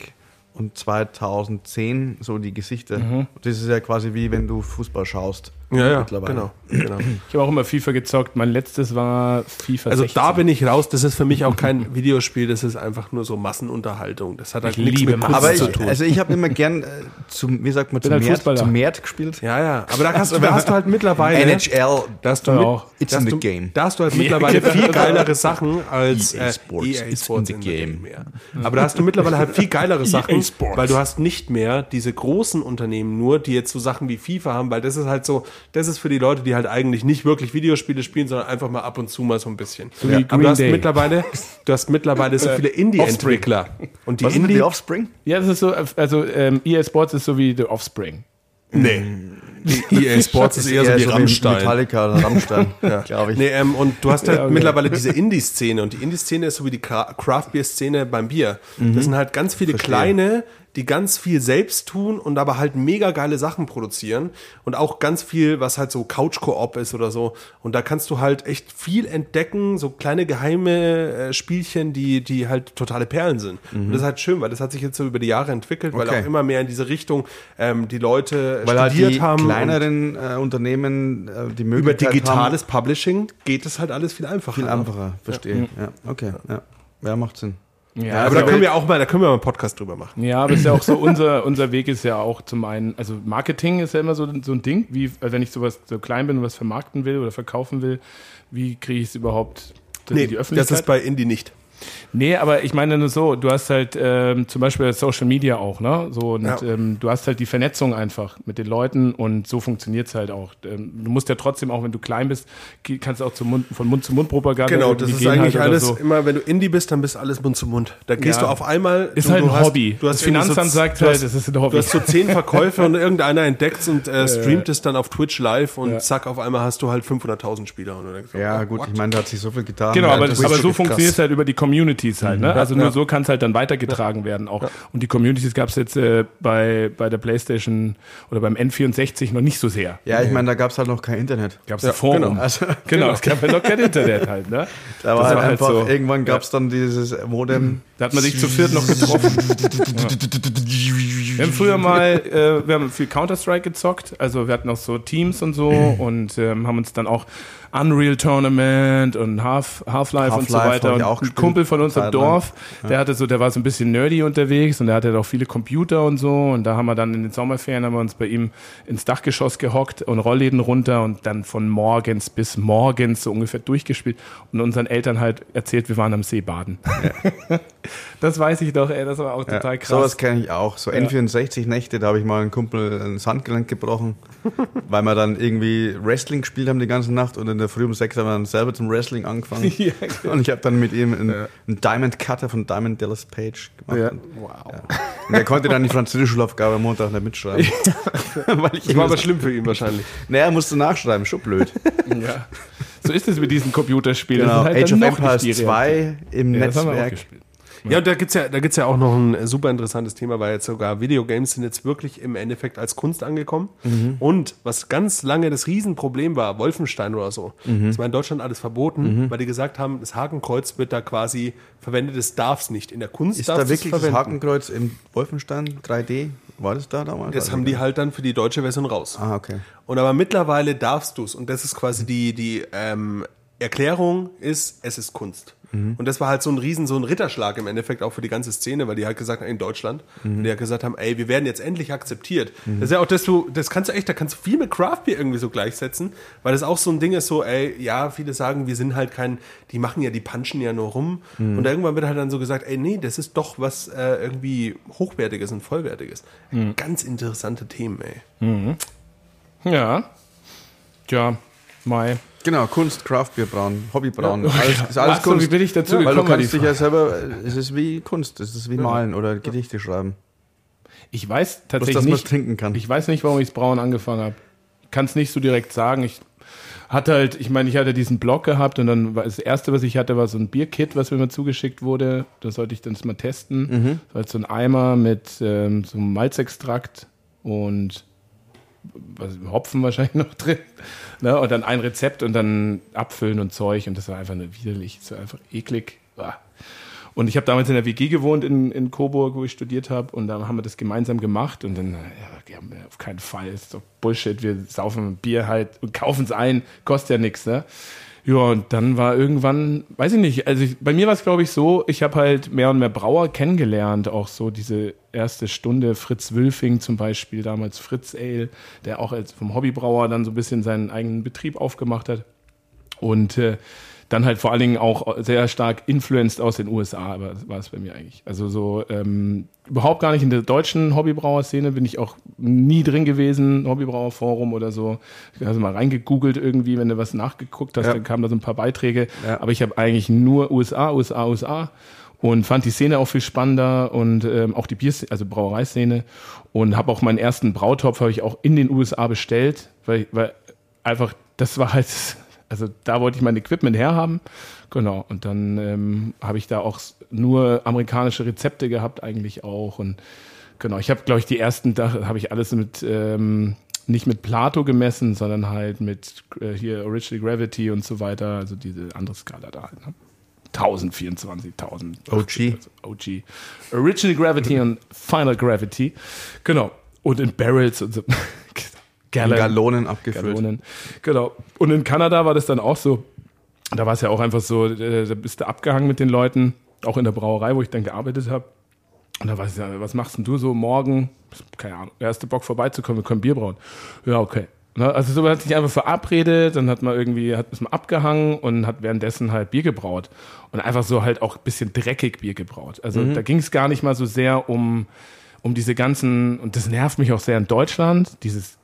S3: und 2010, so die Gesichter. Das ist ja quasi wie wenn du Fußball schaust. mittlerweile.
S4: Genau, genau.
S2: Ich habe auch immer FIFA gezockt. Mein letztes war FIFA
S4: Also
S2: 16.
S4: da bin ich raus. Das ist für mich auch kein Videospiel. Das ist einfach nur so Massenunterhaltung. Das hat halt
S2: Ich
S4: nichts
S2: liebe
S4: mit Kunst
S3: Aber ich,
S4: zu tun.
S3: also ich habe immer gern äh, zum, wie sagt man, zum
S2: halt
S3: Mert,
S2: Fußballer.
S3: zum Mert gespielt.
S4: ja, ja. Aber da hast, du- da hast du halt mittlerweile.
S3: NHL,
S4: Da hast du,
S2: Ja,
S4: mit,
S2: auch.
S3: It's
S4: da
S3: in
S4: hast
S3: the
S4: du,
S3: game.
S4: Da hast du halt mittlerweile
S2: genau.
S4: viel geilere Sachen als
S1: EA
S4: äh,
S1: Sports.
S4: EA
S1: It's
S4: Sports
S1: in the game.
S4: ja. Aber da hast du mittlerweile halt viel geilere Sachen,
S1: Sports.
S4: weil du hast nicht mehr diese großen Unternehmen nur, die jetzt so Sachen wie FIFA haben, weil das ist halt so, Das ist für die Leute, die halt eigentlich nicht wirklich Videospiele spielen, sondern einfach mal ab und zu mal so ein bisschen.
S2: wie
S4: Aber
S2: Green
S4: du hast,
S2: Day.
S4: mittlerweile, du hast mittlerweile so viele Indie-Entwickler. Und die
S3: Was ist mit The
S4: Indie...
S3: Offspring?
S2: Ja, das ist so, also ähm, EA Sports ist so wie The Offspring.
S4: Nee. Die EA Sports ist eher so wie Rammstein.
S3: Metallica oder Rammstein, glaube ich.
S4: Nee, ähm, und du hast halt
S2: okay.
S4: mittlerweile diese Indie-Szene und die Indie-Szene ist so wie die Cra- Craft-Beer-Szene beim Bier.
S3: Mhm.
S4: Das sind halt ganz viele kleine, die ganz viel selbst tun und aber halt mega geile Sachen produzieren und auch ganz viel, was halt so Couch-Koop ist oder so. Und da kannst du halt echt viel entdecken, so kleine geheime äh, Spielchen, die, die halt totale Perlen sind. Und das ist halt schön, weil das hat sich jetzt so über die Jahre entwickelt, weil
S3: Mhm. Okay.
S4: auch immer mehr in diese Richtung ähm, die Leute
S3: Weil halt
S4: studiert
S3: die
S4: haben. und-
S3: kleineren äh, Unternehmen äh, die
S4: über
S3: Möglichkeit
S4: digitales Publishing geht es halt alles viel einfacher.
S3: haben, viel einfacher, verstehe. Ja. Okay, ja. ja, macht Sinn.
S2: Ja, also
S4: Aber Also da können wir auch mal, da können wir mal einen Podcast drüber machen.
S2: Ja, aber ist ja auch so, unser, unser Weg ist ja auch zum einen, also Marketing ist ja immer so, so ein Ding, wie, also wenn ich sowas so klein bin und was vermarkten will oder verkaufen will, wie kriege ich es überhaupt in
S4: Nee, das ist bei Indie nicht.
S2: Nee, aber ich meine nur so, du hast halt ähm, zum Beispiel Social Media auch, ne? So, und
S4: Ja.
S2: ähm, du hast halt die Vernetzung einfach mit den Leuten und so funktioniert's halt auch. Ähm, du musst ja trotzdem, auch wenn du klein bist, ge- kannst du auch zum Mund, von Mund zu Mund Propaganda.
S4: Genau,
S2: irgendwie
S4: das ist
S2: gehen
S4: eigentlich
S2: halt oder
S4: alles
S2: so.
S4: immer, wenn du Indie bist, dann bist alles Mund zu Mund. Da gehst
S2: Ja.
S4: du auf einmal.
S2: Ist
S4: du,
S2: halt
S4: du
S2: ein
S4: hast-
S2: Hobby.
S4: Du
S2: Das
S4: hast irgendwie
S2: Finanzamt
S4: so,
S2: sagt
S4: du
S2: halt,
S4: hast-
S2: das ist ein Hobby.
S4: Du hast so zehn Verkäufe und irgendeiner entdeckt's und äh, streamt es dann auf Twitch live und
S2: Ja.
S4: zack, auf einmal hast du halt 500.000 Spieler. Und du denkst,
S3: Ja,
S4: oh,
S3: gut,
S4: what?
S3: ich meine, da hat sich so viel getan.
S2: Genau,
S3: Ja,
S2: aber,
S3: das
S2: das,
S3: ist
S2: aber so
S3: wirklich
S2: funktioniert es
S3: krass.
S2: halt über die Communities halt.
S3: Mhm.
S2: Ne? Also nur
S4: ja.
S2: so kann es halt dann weitergetragen werden auch. Und die Communities gab es jetzt äh, bei, bei der Playstation oder beim N64 noch nicht so sehr.
S3: Ja, ich meine, da gab es halt noch kein Internet.
S2: Gab es ein Forum. Genau,
S3: genau. Also-
S2: es gab ja noch kein Internet halt. Ne?
S3: Da war
S2: Das
S3: halt
S2: war halt
S3: einfach,
S2: so.
S3: irgendwann gab es dann dieses Modem.
S2: Da hat man sich zu viert noch getroffen. Wir haben früher mal, äh, wir haben viel Counter-Strike gezockt, also wir hatten auch so Teams und so
S3: Mhm.
S2: und ähm, haben uns dann auch Unreal Tournament und Half, Half-Life und so
S3: Half-Life
S2: weiter.
S3: hab
S2: Und
S3: ich auch
S2: ein
S3: gespielt,
S2: Kumpel von uns im
S3: Zeit lang.
S2: Dorf, der hatte so, der war so ein bisschen nerdy unterwegs und der hatte auch viele Computer und so und da haben wir dann in den Sommerferien haben wir uns bei ihm ins Dachgeschoss gehockt und Rollläden runter und dann von morgens bis morgens so ungefähr durchgespielt und unseren Eltern halt erzählt, wir waren am See baden. das weiß ich doch, ey, das war auch total krass.
S3: Sowas kenne ich auch. So N64-Nächte, da habe ich mal einen Kumpel ein Handgelenk gebrochen, weil wir dann irgendwie Wrestling gespielt haben die ganze Nacht und in der Früh um sechs haben wir dann selber zum Wrestling angefangen.
S2: Ja, genau.
S3: Und ich habe dann mit ihm einen, einen Diamond Cutter von Diamond Dallas Page gemacht.
S2: Ja.
S3: Und, ja. und er konnte dann die französische Schulaufgabe am Montag nicht mitschreiben. weil ich
S4: Das war aber schlimm für ihn wahrscheinlich.
S3: naja, musste nachschreiben, schon blöd.
S2: Ja. So ist es mit diesen Computerspielen.
S3: Genau.
S2: Das sind halt
S3: Age
S2: dann
S3: of
S2: noch
S3: Empires
S2: nicht die
S3: 2 im
S2: Realität. Ja, das haben wir auch
S3: Netzwerk.
S2: gespielt.
S4: Ja, und da gibt's ja, da gibt's ja auch noch ein äh, super interessantes Thema, weil jetzt sogar Videogames sind jetzt wirklich im Endeffekt als Kunst angekommen.
S3: Mhm.
S4: Und was ganz lange das Riesenproblem war, Wolfenstein oder so,
S3: Mhm.
S4: das war in Deutschland alles verboten, weil die gesagt haben, das Hakenkreuz wird da quasi verwendet, das darf's nicht. In der Kunst
S3: Ist
S4: darfst
S3: da
S4: du's
S3: wirklich das
S4: verwenden.
S3: Hakenkreuz im Wolfenstein 3D? War das da damals?
S4: Das haben die halt dann für die deutsche Version raus.
S3: Ah, okay.
S4: Und aber mittlerweile darfst du es. Und das ist quasi die, die ähm, Erklärung ist, es ist Kunst. Und das war halt so ein Riesen, so ein Ritterschlag im Endeffekt auch für die ganze Szene, weil die halt gesagt haben, in Deutschland, und die halt gesagt haben, ey, wir werden jetzt endlich akzeptiert. Das ist ja auch, dass du, das kannst du echt, da kannst du viel mit Craft Beer irgendwie so gleichsetzen, weil das auch so ein Ding ist, so, ey, ja, viele sagen, wir sind halt kein, die machen ja, die punchen ja nur rum. Und irgendwann wird halt dann so gesagt, ey, nee, das ist doch was äh, irgendwie Hochwertiges und Vollwertiges. Ganz interessante Themen, ey.
S2: Ja. Tja, Mai.
S3: Genau, Kunst, Craftbier brauen, Hobby brauen. Alles, ist alles
S2: Ach so,
S3: Kunst.
S2: wie bin ich dazu
S3: Weil du
S2: gekommen, war die
S3: kannst dich ja selber, es ist wie Kunst, es ist wie Malen oder Gedichte schreiben.
S2: Ich weiß
S3: Bloß,
S2: tatsächlich
S3: dass man es
S2: nicht.
S3: trinken kann.
S2: Ich weiß nicht, warum ich das Brauen angefangen habe. Kann es nicht so direkt sagen. Ich hatte halt, ich meine, ich hatte diesen Blog gehabt und dann war das erste, was ich hatte, war so ein Bierkit, was mir mal zugeschickt wurde. Das sollte ich dann mal testen.
S3: Mhm.
S2: Das war halt so ein Eimer mit ähm, so einem Malzextrakt und was, Hopfen wahrscheinlich noch drin. Ne? Und dann ein Rezept und dann Abfüllen und Zeug. Und das war einfach nur widerlich. Das war einfach eklig. Uah. Und ich habe damals in der WG gewohnt in, in Coburg, wo ich studiert habe. Und da haben wir das gemeinsam gemacht. Und dann, äh, ja, wir haben ja auf keinen Fall, ist doch Bullshit. Wir saufen Bier halt und kaufen es ein, kostet ja nichts, ne? Ja, und dann war irgendwann, weiß ich nicht, also ich, bei mir war es, glaube ich, so, ich habe halt mehr und mehr Brauer kennengelernt, auch so diese erste Stunde, Fritz Wülfing zum Beispiel, damals Fritz Ale, der auch als vom Hobbybrauer dann so ein bisschen seinen eigenen Betrieb aufgemacht hat. Und äh, Dann halt vor allen Dingen auch sehr stark influenced aus den USA, aber das war es bei mir eigentlich. Also so ähm, überhaupt gar nicht in der deutschen Hobbybrauer-Szene bin ich auch nie drin gewesen, Hobbybrauer-Forum oder so. Ich habe mal reingegoogelt irgendwie, wenn du was nachgeguckt hast,
S3: Ja.
S2: dann kamen da so ein paar Beiträge.
S3: Ja.
S2: Aber ich habe eigentlich nur USA, USA, USA und fand die Szene auch viel spannender und ähm, auch die Bier, also Brauereiszene und habe auch meinen ersten Brautopf habe ich auch in den USA bestellt, weil, weil einfach das war halt also da wollte ich mein Equipment herhaben, genau und dann ähm, habe ich da auch s- nur amerikanische Rezepte gehabt eigentlich auch und genau ich habe glaube ich die ersten da habe ich alles mit ähm, nicht mit Plato gemessen, sondern halt mit äh, hier Original Gravity und so weiter, also diese andere Skala da halt. Ne? 1024, 1000.
S3: OG.
S2: OG. also Original Gravity und Final Gravity. Genau. Und in Barrels und so. Gallon,
S3: Gallonen abgefüllt.
S2: Gallonen. Genau. Und in Kanada war das dann auch so. Da war es ja auch einfach so, äh, da bist du abgehangen mit den Leuten, auch in der Brauerei, wo ich dann gearbeitet habe. Und da war es ja, was machst denn du so morgen? Keine Ahnung, erste Bock vorbeizukommen, wir können Bier brauen. Ja, okay. Ne, Also so man hat sich einfach verabredet, dann hat man irgendwie, hat ist man abgehangen und hat währenddessen halt Bier gebraut. Und einfach so halt auch ein bisschen dreckig Bier gebraut. Also da ging es gar nicht mal so sehr um, um diese ganzen, und das nervt mich auch sehr in Deutschland, dieses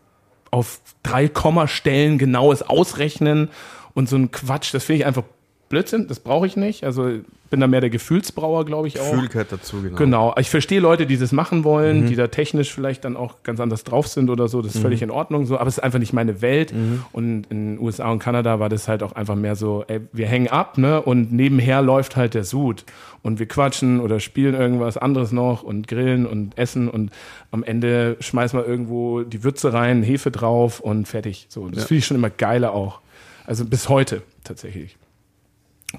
S2: auf drei Kommastellen genaues Ausrechnen und so ein Quatsch, das finde ich einfach Blödsinn, das brauche ich nicht. Also bin da mehr der Gefühlsbrauer, glaube ich auch.
S3: Gefühl gehört dazu, genau.
S2: Genau. Ich verstehe Leute, die das machen wollen, die da technisch vielleicht dann auch ganz anders drauf sind oder so. Das ist völlig in Ordnung so. Aber es ist einfach nicht meine Welt. Und in den USA und Kanada war das halt auch einfach mehr so, ey, wir hängen ab, ne? Und nebenher läuft halt der Sud. Und wir quatschen oder spielen irgendwas anderes noch und grillen und essen und am Ende schmeißen wir irgendwo die Würze rein, Hefe drauf und fertig. So. Das finde ich schon immer geiler auch. Also bis heute tatsächlich.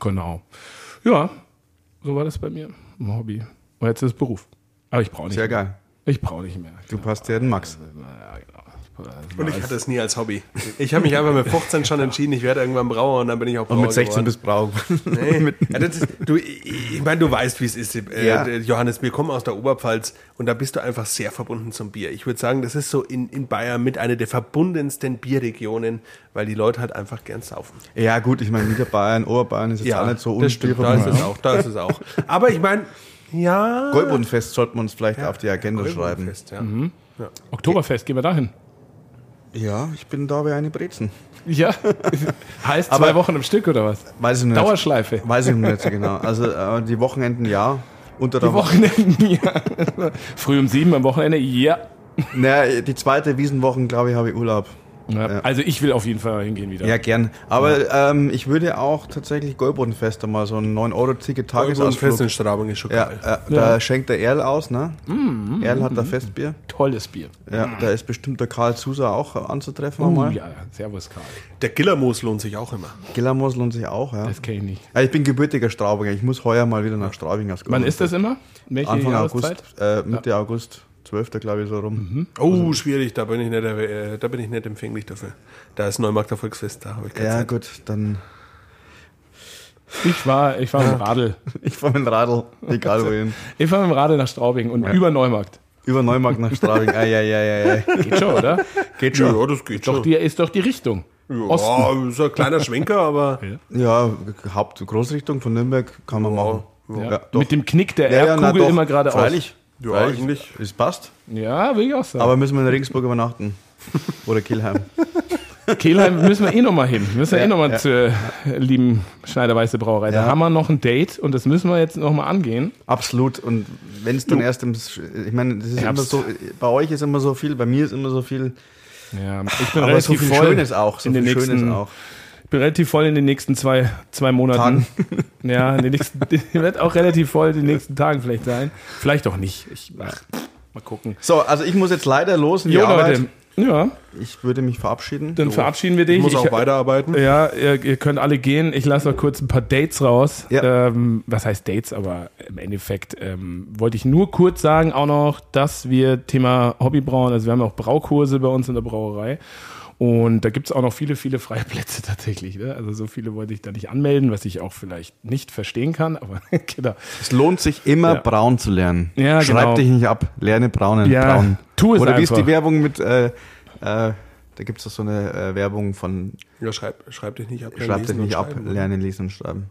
S2: Genau. Ja, so war das bei mir. Ein Hobby. Und jetzt ist es Beruf. Aber ich brauche nicht.
S3: Sehr
S2: mehr.
S3: geil.
S2: Ich brauche nicht mehr. Also,
S3: Du passt ja den Max.
S2: Ja, genau.
S4: Und ich hatte es nie als Hobby. Ich habe mich einfach mit 15 schon entschieden, ich werde irgendwann Brauer und dann bin ich auch Brauer
S3: Und mit 16
S4: geworden.
S3: bist Brauch.
S4: Nee. Ja, das ist, du, ich ich meine, du weißt, wie es ist, äh,
S3: Ja.
S4: Johannes. Wir kommen aus der Oberpfalz und da bist du einfach sehr verbunden zum Bier. Ich würde sagen, das ist so in, in Bayern mit einer der verbundensten Bierregionen, weil die Leute halt einfach gern saufen.
S3: Ja, gut, ich meine, Niederbayern, Oberbayern ist jetzt auch nicht so
S4: das stimmt. Da ist es
S3: unbierbar.
S4: auch, da ist es auch. Aber ich meine, ja. Mhm.
S3: Goldbundfest sollten wir uns vielleicht auf die Agenda schreiben.
S4: Goldbundfest, Ja.
S2: Oktoberfest, gehen wir dahin.
S3: Ja, ich bin da wie eine Brezen.
S2: Ja. heißt zwei
S3: Aber-
S2: Wochen im Stück oder was?
S3: Weiß ich noch nicht.
S2: Dauerschleife.
S3: Weiß ich noch nicht so genau. Also äh, die Wochenenden ja. Unter der
S2: Die Wochenenden, ja. Früh um sieben am Wochenende, ja.
S3: Woche. Naja, die zweite Wiesenwochen, glaube ich, habe ich Urlaub.
S2: ja. Also ich will auf jeden Fall hingehen wieder.
S3: Ja, gern. Aber ähm, ich würde auch tatsächlich Goldbodenfest mal so ein 9-Euro-Ticket
S4: Goldbundfest in
S3: Tagesausflug.
S4: Straubing ist schon
S3: Ja,
S4: geil.
S3: äh, da schenkt der Erl aus, ne?
S2: Mhm.
S3: Erl hat da Festbier.
S2: Tolles Bier.
S3: Ja, da ist bestimmt der Karl Susa auch anzutreffen.
S2: Mhm. Oh,
S3: mal.
S2: ja, servus Karl.
S4: Der Gillermoos lohnt sich auch immer.
S3: Gillermoos lohnt sich auch, ja.
S2: Das kenne ich nicht.
S3: ja. Ich bin gebürtiger Straubinger. Ich muss heuer mal wieder nach Straubing aus
S2: Wann ist das immer? Welche
S3: Anfang
S2: Jahreszeit? Mhm.
S3: August, äh, Mitte August, 12. glaube ich so rum. Also-
S4: Oh, schwierig, da bin ich nicht, äh, da bin ich nicht empfänglich dafür. Da ist Neumarkter Volksfest, da habe ich keine
S3: Ja,
S4: Zeit.
S3: gut, dann.
S2: Ich war, ich war mit dem Radl.
S3: Ich fahre mit dem Radl, egal wohin.
S2: Ich war mit dem Radl nach Straubing und über Neumarkt.
S3: Über Neumarkt nach Straubing. Ah, ja, ja, ja, ja.
S2: Geht schon, oder?
S3: Geht
S4: Ja,
S3: schon.
S4: das geht
S2: Doch,
S4: schon.
S2: die ist doch die Richtung. Osten.
S4: Ja, so ein kleiner Schwenker, aber
S3: Ja, Haupt- Großrichtung von Nürnberg kann man machen.
S2: Ja.
S3: doch.
S2: Mit dem Knick der
S3: Ja, ja, na,
S2: Erdkugel
S3: doch.
S2: immer geradeaus.
S3: Freilich.
S4: Ja,
S3: Freilich.
S4: eigentlich.
S3: Das passt.
S2: Ja, will ich auch sagen.
S3: Aber müssen wir in Regensburg übernachten. Oder Kielheim.
S2: Aber Kehlheim müssen wir eh nochmal hin. Müssen wir
S3: Ja,
S2: eh nochmal
S3: ja.
S2: zur äh, lieben Schneiderweiße Brauerei. Da
S3: Ja.
S2: haben wir noch ein Date und das müssen wir jetzt nochmal angehen.
S3: Absolut. Und wenn es dann erst im. Sch- Ich meine, das ist immer
S2: Herbst.
S3: so. Bei euch ist immer so viel, bei mir ist immer so viel.
S2: Ja, ich bin
S3: Aber so
S2: relativ
S3: viel
S2: voll.
S3: Schönes auch. So
S2: in den
S3: viel
S2: nächsten,
S3: Schönes auch.
S2: Ich bin relativ voll in den nächsten zwei, zwei Monaten.
S3: Tagen.
S2: Ja, in den nächsten, wird auch relativ voll in den nächsten Tagen vielleicht sein. Vielleicht auch nicht. Ich, ach, mal gucken.
S3: So, also ich muss jetzt leider los in die
S2: Jo,
S3: Arbeit.
S2: Leute. Ja,
S3: Ich würde mich verabschieden.
S2: dann verabschieden wir dich.
S4: ich muss auch
S2: Ich-
S4: weiterarbeiten.
S2: Ja, ihr, ihr könnt alle gehen. Ich lasse noch kurz ein paar Dates raus.
S3: Ja.
S2: Ähm, was heißt Dates? Aber im Endeffekt ähm, wollte ich nur kurz sagen auch noch, dass wir Thema Hobbybrauen, also wir haben auch Braukurse bei uns in der Brauerei. Und da gibt's auch noch viele, viele freie Plätze tatsächlich. Ne? Also so viele wollte ich da nicht anmelden, was ich auch vielleicht nicht verstehen kann. Aber genau.
S3: Es lohnt sich immer,
S2: Ja.
S3: braun zu lernen.
S2: Ja,
S3: Schreib
S2: genau.
S3: dich nicht ab, lerne braunen.
S2: Ja,
S3: braun.
S2: tu es
S3: Oder wie ist
S2: einfach.
S3: die Werbung mit äh, äh, Da gibt es doch so eine äh, Werbung von
S4: Ja, schreib, schreib dich nicht ab. lernen,
S3: Schreib dich
S4: lesen und
S3: nicht ab,
S4: schreiben.
S3: lernen, lesen und schreiben.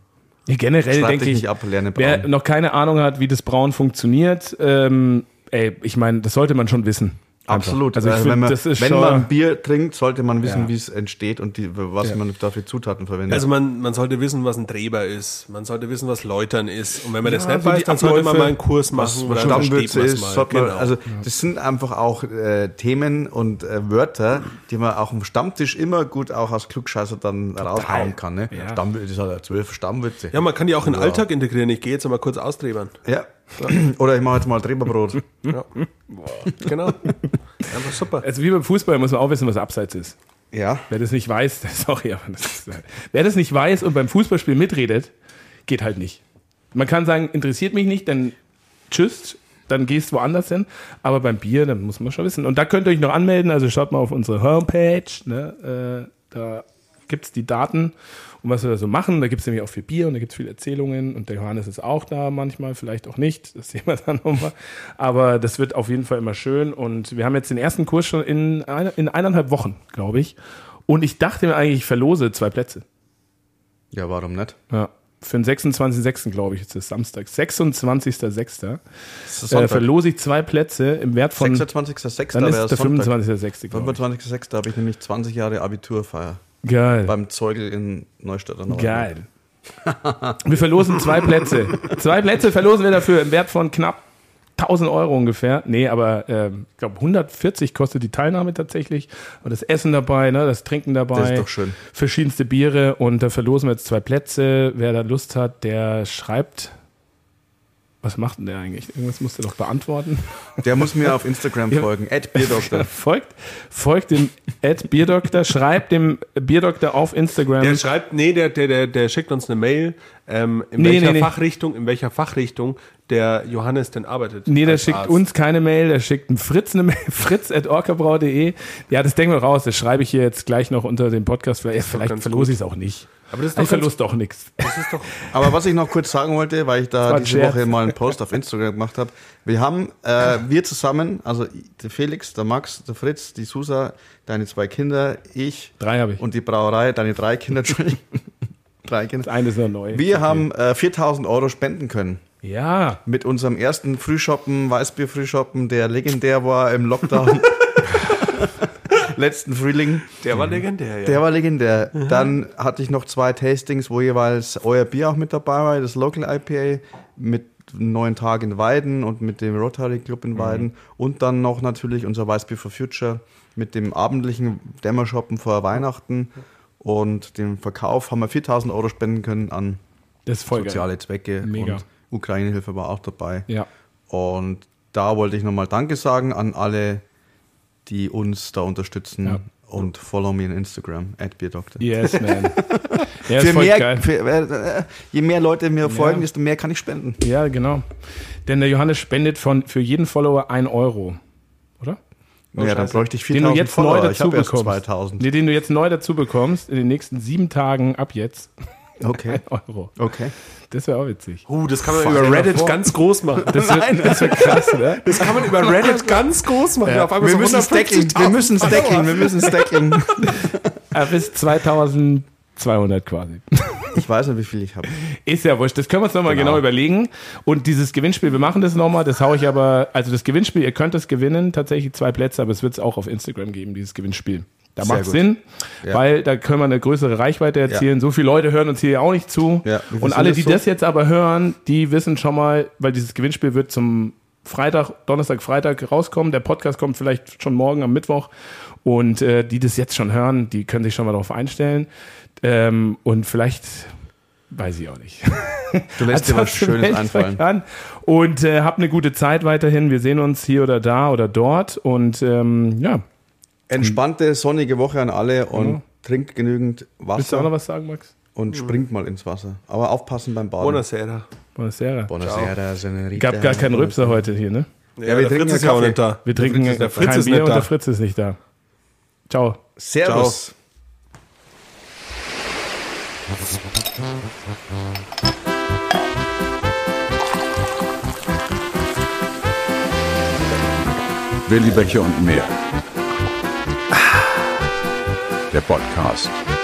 S2: Ja, generell
S3: Schreib
S2: denke
S3: dich
S2: Äh, ich,
S3: nicht ab, lerne
S2: wer
S3: brauen.
S2: noch keine Ahnung hat, wie das Brauen funktioniert, ähm, ey, ich meine, das sollte man schon wissen. Einfach.
S3: Absolut.
S2: Also ich
S3: Äh,
S2: finde,
S3: wenn man,
S2: das ist
S3: wenn
S2: schon,
S3: man Bier trinkt, sollte man wissen,
S2: Ja.
S3: wie es entsteht und die, was
S2: Ja.
S3: man dafür Zutaten verwendet.
S4: Also man, man sollte wissen, was ein Dreber ist. Man sollte wissen, was Läutern ist. Und wenn man das
S2: Ja,
S4: nicht
S2: so die
S4: weiß, dann sollte man
S2: Abläufe,
S4: mal einen Kurs machen.
S3: also was
S4: dann versteht
S3: Stammwürze
S4: man's
S3: ist, sollte man,
S4: Genau.
S3: also das sind einfach auch äh, Themen und äh, Wörter, die man auch am Stammtisch immer gut auch als Klugscheißer dann raushauen kann. Ne?
S2: Ja.
S3: Stammwürze, das hat ja zwölf Stammwürze.
S4: ja, man kann die auch in den Alltag integrieren. Ich gehe jetzt mal kurz austrebern.
S3: Ja. Oder ich mache jetzt mal Treberbrot.
S4: Ja. genau. Einfach super.
S2: also wie beim Fußball muss man auch wissen, was abseits ist.
S3: ja.
S2: Wer das nicht weiß, sorry, aber das ist, äh, wer das nicht weiß und beim Fußballspiel mitredet, geht halt nicht. Man kann sagen, interessiert mich nicht, dann tschüss, dann gehst woanders hin. Aber beim Bier, dann muss man schon wissen. Und da könnt ihr euch noch anmelden, also schaut mal auf unsere Homepage, ne, äh, da gibt's die Daten und was wir da so machen. Da gibt's nämlich auch viel Bier und da gibt's viele Erzählungen und der Johannes ist auch da manchmal, vielleicht auch nicht, das sehen wir dann nochmal. Aber das wird auf jeden Fall immer schön und wir haben jetzt den ersten Kurs schon in, einer- in eineinhalb Wochen, glaube ich. Und ich dachte mir eigentlich, ich verlose zwei Plätze.
S3: Ja, warum nicht?
S2: Ja. Für den 26.06. glaube ich, jetzt ist Samstag. 26.06.
S3: Das ist
S2: Äh,
S3: Sonntag.
S2: verlose ich zwei Plätze im Wert von.
S3: 26.06.
S2: dann
S3: wäre
S2: ist der
S3: Sonntag.
S2: 25.06. glaube ich.
S3: 25.06. Da habe ich nämlich 20 Jahre Abiturfeier
S2: Geil.
S3: beim Zeugel in Neustadt an der Wald.
S2: Geil. Wir verlosen zwei Plätze. Zwei Plätze verlosen wir dafür im Wert von knapp 1000 Euro ungefähr. Nee, aber ähm, ich glaube 140 kostet die Teilnahme tatsächlich. Und das Essen dabei, ne, das Trinken dabei.
S3: Das ist doch schön.
S2: Verschiedenste Biere und da verlosen wir jetzt zwei Plätze. Wer da Lust hat, der schreibt. Was macht denn der eigentlich? Irgendwas musst du doch beantworten.
S3: Der muss mir auf Instagram folgen. @bierdoktor.
S2: Folgt, folgt dem Ad Bierdoktor, schreibt dem Bierdoktor auf Instagram.
S4: Der schreibt, nee, der, der, der, der schickt uns eine Mail, ähm, in
S2: Nee,
S4: welcher
S2: nee, nee.
S4: Fachrichtung, in welcher Fachrichtung der Johannes denn arbeitet.
S2: Nee, der
S4: als
S2: schickt
S4: Arzt.
S2: uns keine Mail, der schickt einen Fritz eine Mail, fritz.orkabrau.de. Ja, das denken wir raus, das schreibe ich hier jetzt gleich noch unter dem Podcast. Vielleicht, vielleicht
S4: ganz
S2: verlose ich es auch nicht.
S4: Aber das ist
S2: Ich
S4: doch ganz,
S2: verlose doch nichts.
S4: das ist doch,
S3: Aber was ich noch kurz sagen wollte, weil ich da
S2: war ein
S3: diese
S2: Scherz.
S3: Woche mal einen Post auf Instagram gemacht habe. Wir haben, äh, wir zusammen, also der Felix, der Max, der Fritz, die Susa, deine zwei Kinder, ich
S2: Drei habe ich.
S3: und die Brauerei, deine drei Kinder, Entschuldigung. drei Kinder.
S2: Eines noch neu.
S3: Wir haben äh, 4000 Euro spenden können.
S2: Ja.
S3: Mit unserem ersten Frühschoppen, Weißbier-Frühschoppen, der legendär war im Lockdown. Letzten Frühling.
S4: der war legendär, ja.
S3: Der war legendär. Dann hatte ich noch zwei Tastings, wo jeweils euer Bier auch mit dabei war, das Local IPA mit neuen Tag in Weiden und mit dem Rotary Club
S2: Mhm.
S3: in Weiden und dann noch natürlich unser Weißbier for Future mit dem abendlichen Dämmershoppen vor Weihnachten und dem Verkauf haben wir 4000 Euro spenden können an
S2: Das ist voll geil.
S3: soziale Zwecke
S2: Mega.
S3: und Ukraine-Hilfe war auch dabei.
S2: Ja.
S3: Und da wollte ich nochmal Danke sagen an alle, die uns da unterstützen.
S2: Ja.
S3: Und follow me on Instagram, at BeerDoctor.
S2: Yes, man. Ja, ist
S3: Für
S2: voll
S3: mehr,
S2: geil.
S3: für, äh, je mehr Leute mir folgen, desto mehr kann ich spenden.
S2: Ja, genau. Denn der Johannes spendet von, für jeden Follower ein Euro. Oder? Oh,
S3: ja, dann
S4: Scheiße.
S3: bräuchte ich
S2: Den
S3: 4000
S2: du jetzt
S3: Follower.
S2: neu
S3: ich
S2: dazu
S3: habe erst
S2: bekommst.
S3: 2000.
S2: Nee, den du jetzt neu dazu bekommst, in den nächsten sieben Tagen ab jetzt.
S3: Okay,
S2: Euro.
S3: okay.
S2: Das wäre auch witzig.
S4: Uh, das kann man
S3: Fuck,
S4: über
S3: stell dir
S4: Reddit
S3: vor.
S4: ganz groß machen. Das,
S2: Das wäre wär krass, ne?
S4: das kann man über Reddit ganz groß machen. Auf einmal
S3: Wir
S4: so
S3: müssen es deckeln,
S4: 150.000
S3: wir müssen es deckeln, wir müssen es deckeln.
S2: Ah, bis 2200 quasi.
S3: Ich weiß nicht, wie viel ich habe.
S2: Ist ja wurscht. Das können wir uns nochmal genau. genau überlegen. Und dieses Gewinnspiel, wir machen das nochmal. Das hau ich aber, also das Gewinnspiel, ihr könnt es gewinnen, tatsächlich zwei Plätze, aber es wird es auch auf Instagram geben, dieses Gewinnspiel. Da
S3: Sehr
S2: macht
S3: gut.
S2: Sinn,
S3: Ja.
S2: weil da können wir eine größere Reichweite erzielen. So viele Leute hören uns hier ja auch nicht zu.
S3: Ja. Wie viel
S2: Und
S3: sind
S2: alle,
S3: das
S2: die
S3: so?
S2: das jetzt aber hören, die wissen schon mal, weil dieses Gewinnspiel wird zum Freitag, Donnerstag, Freitag rauskommen. Der Podcast kommt vielleicht schon morgen am Mittwoch. Und äh, die das jetzt schon hören, die können sich schon mal darauf einstellen. Ähm, und vielleicht weiß ich auch nicht.
S3: Du lässt dir was
S2: Ansonsten
S3: Schönes
S2: meldet
S3: einfallen.
S2: euch an Und äh, habt eine gute Zeit weiterhin. Wir sehen uns hier oder da oder dort. Und ähm, ja,
S3: Entspannte, sonnige Woche an alle und
S2: Genau.
S3: trinkt genügend
S2: willst du auch
S3: Wasser
S2: noch was sagen, Max?
S3: und springt mal ins Wasser. Aber aufpassen beim Baden.
S4: Buonasera.
S2: Buonasera.
S3: Buonasera, Senorita.
S2: Gab gar keinen Rübser heute hier, ne?
S4: Ja,
S3: wir
S4: der
S3: trinken
S4: Fritz
S3: ja
S4: ist ja auch
S3: Kaffee.
S4: nicht da.
S2: Wir trinken
S4: der Fritz
S2: kein
S4: ist
S2: Bier
S4: nicht
S2: und
S4: da.
S2: der Fritz ist nicht da. Ciao.
S3: Servus.
S1: Willi Becher und mehr. Der Podcast.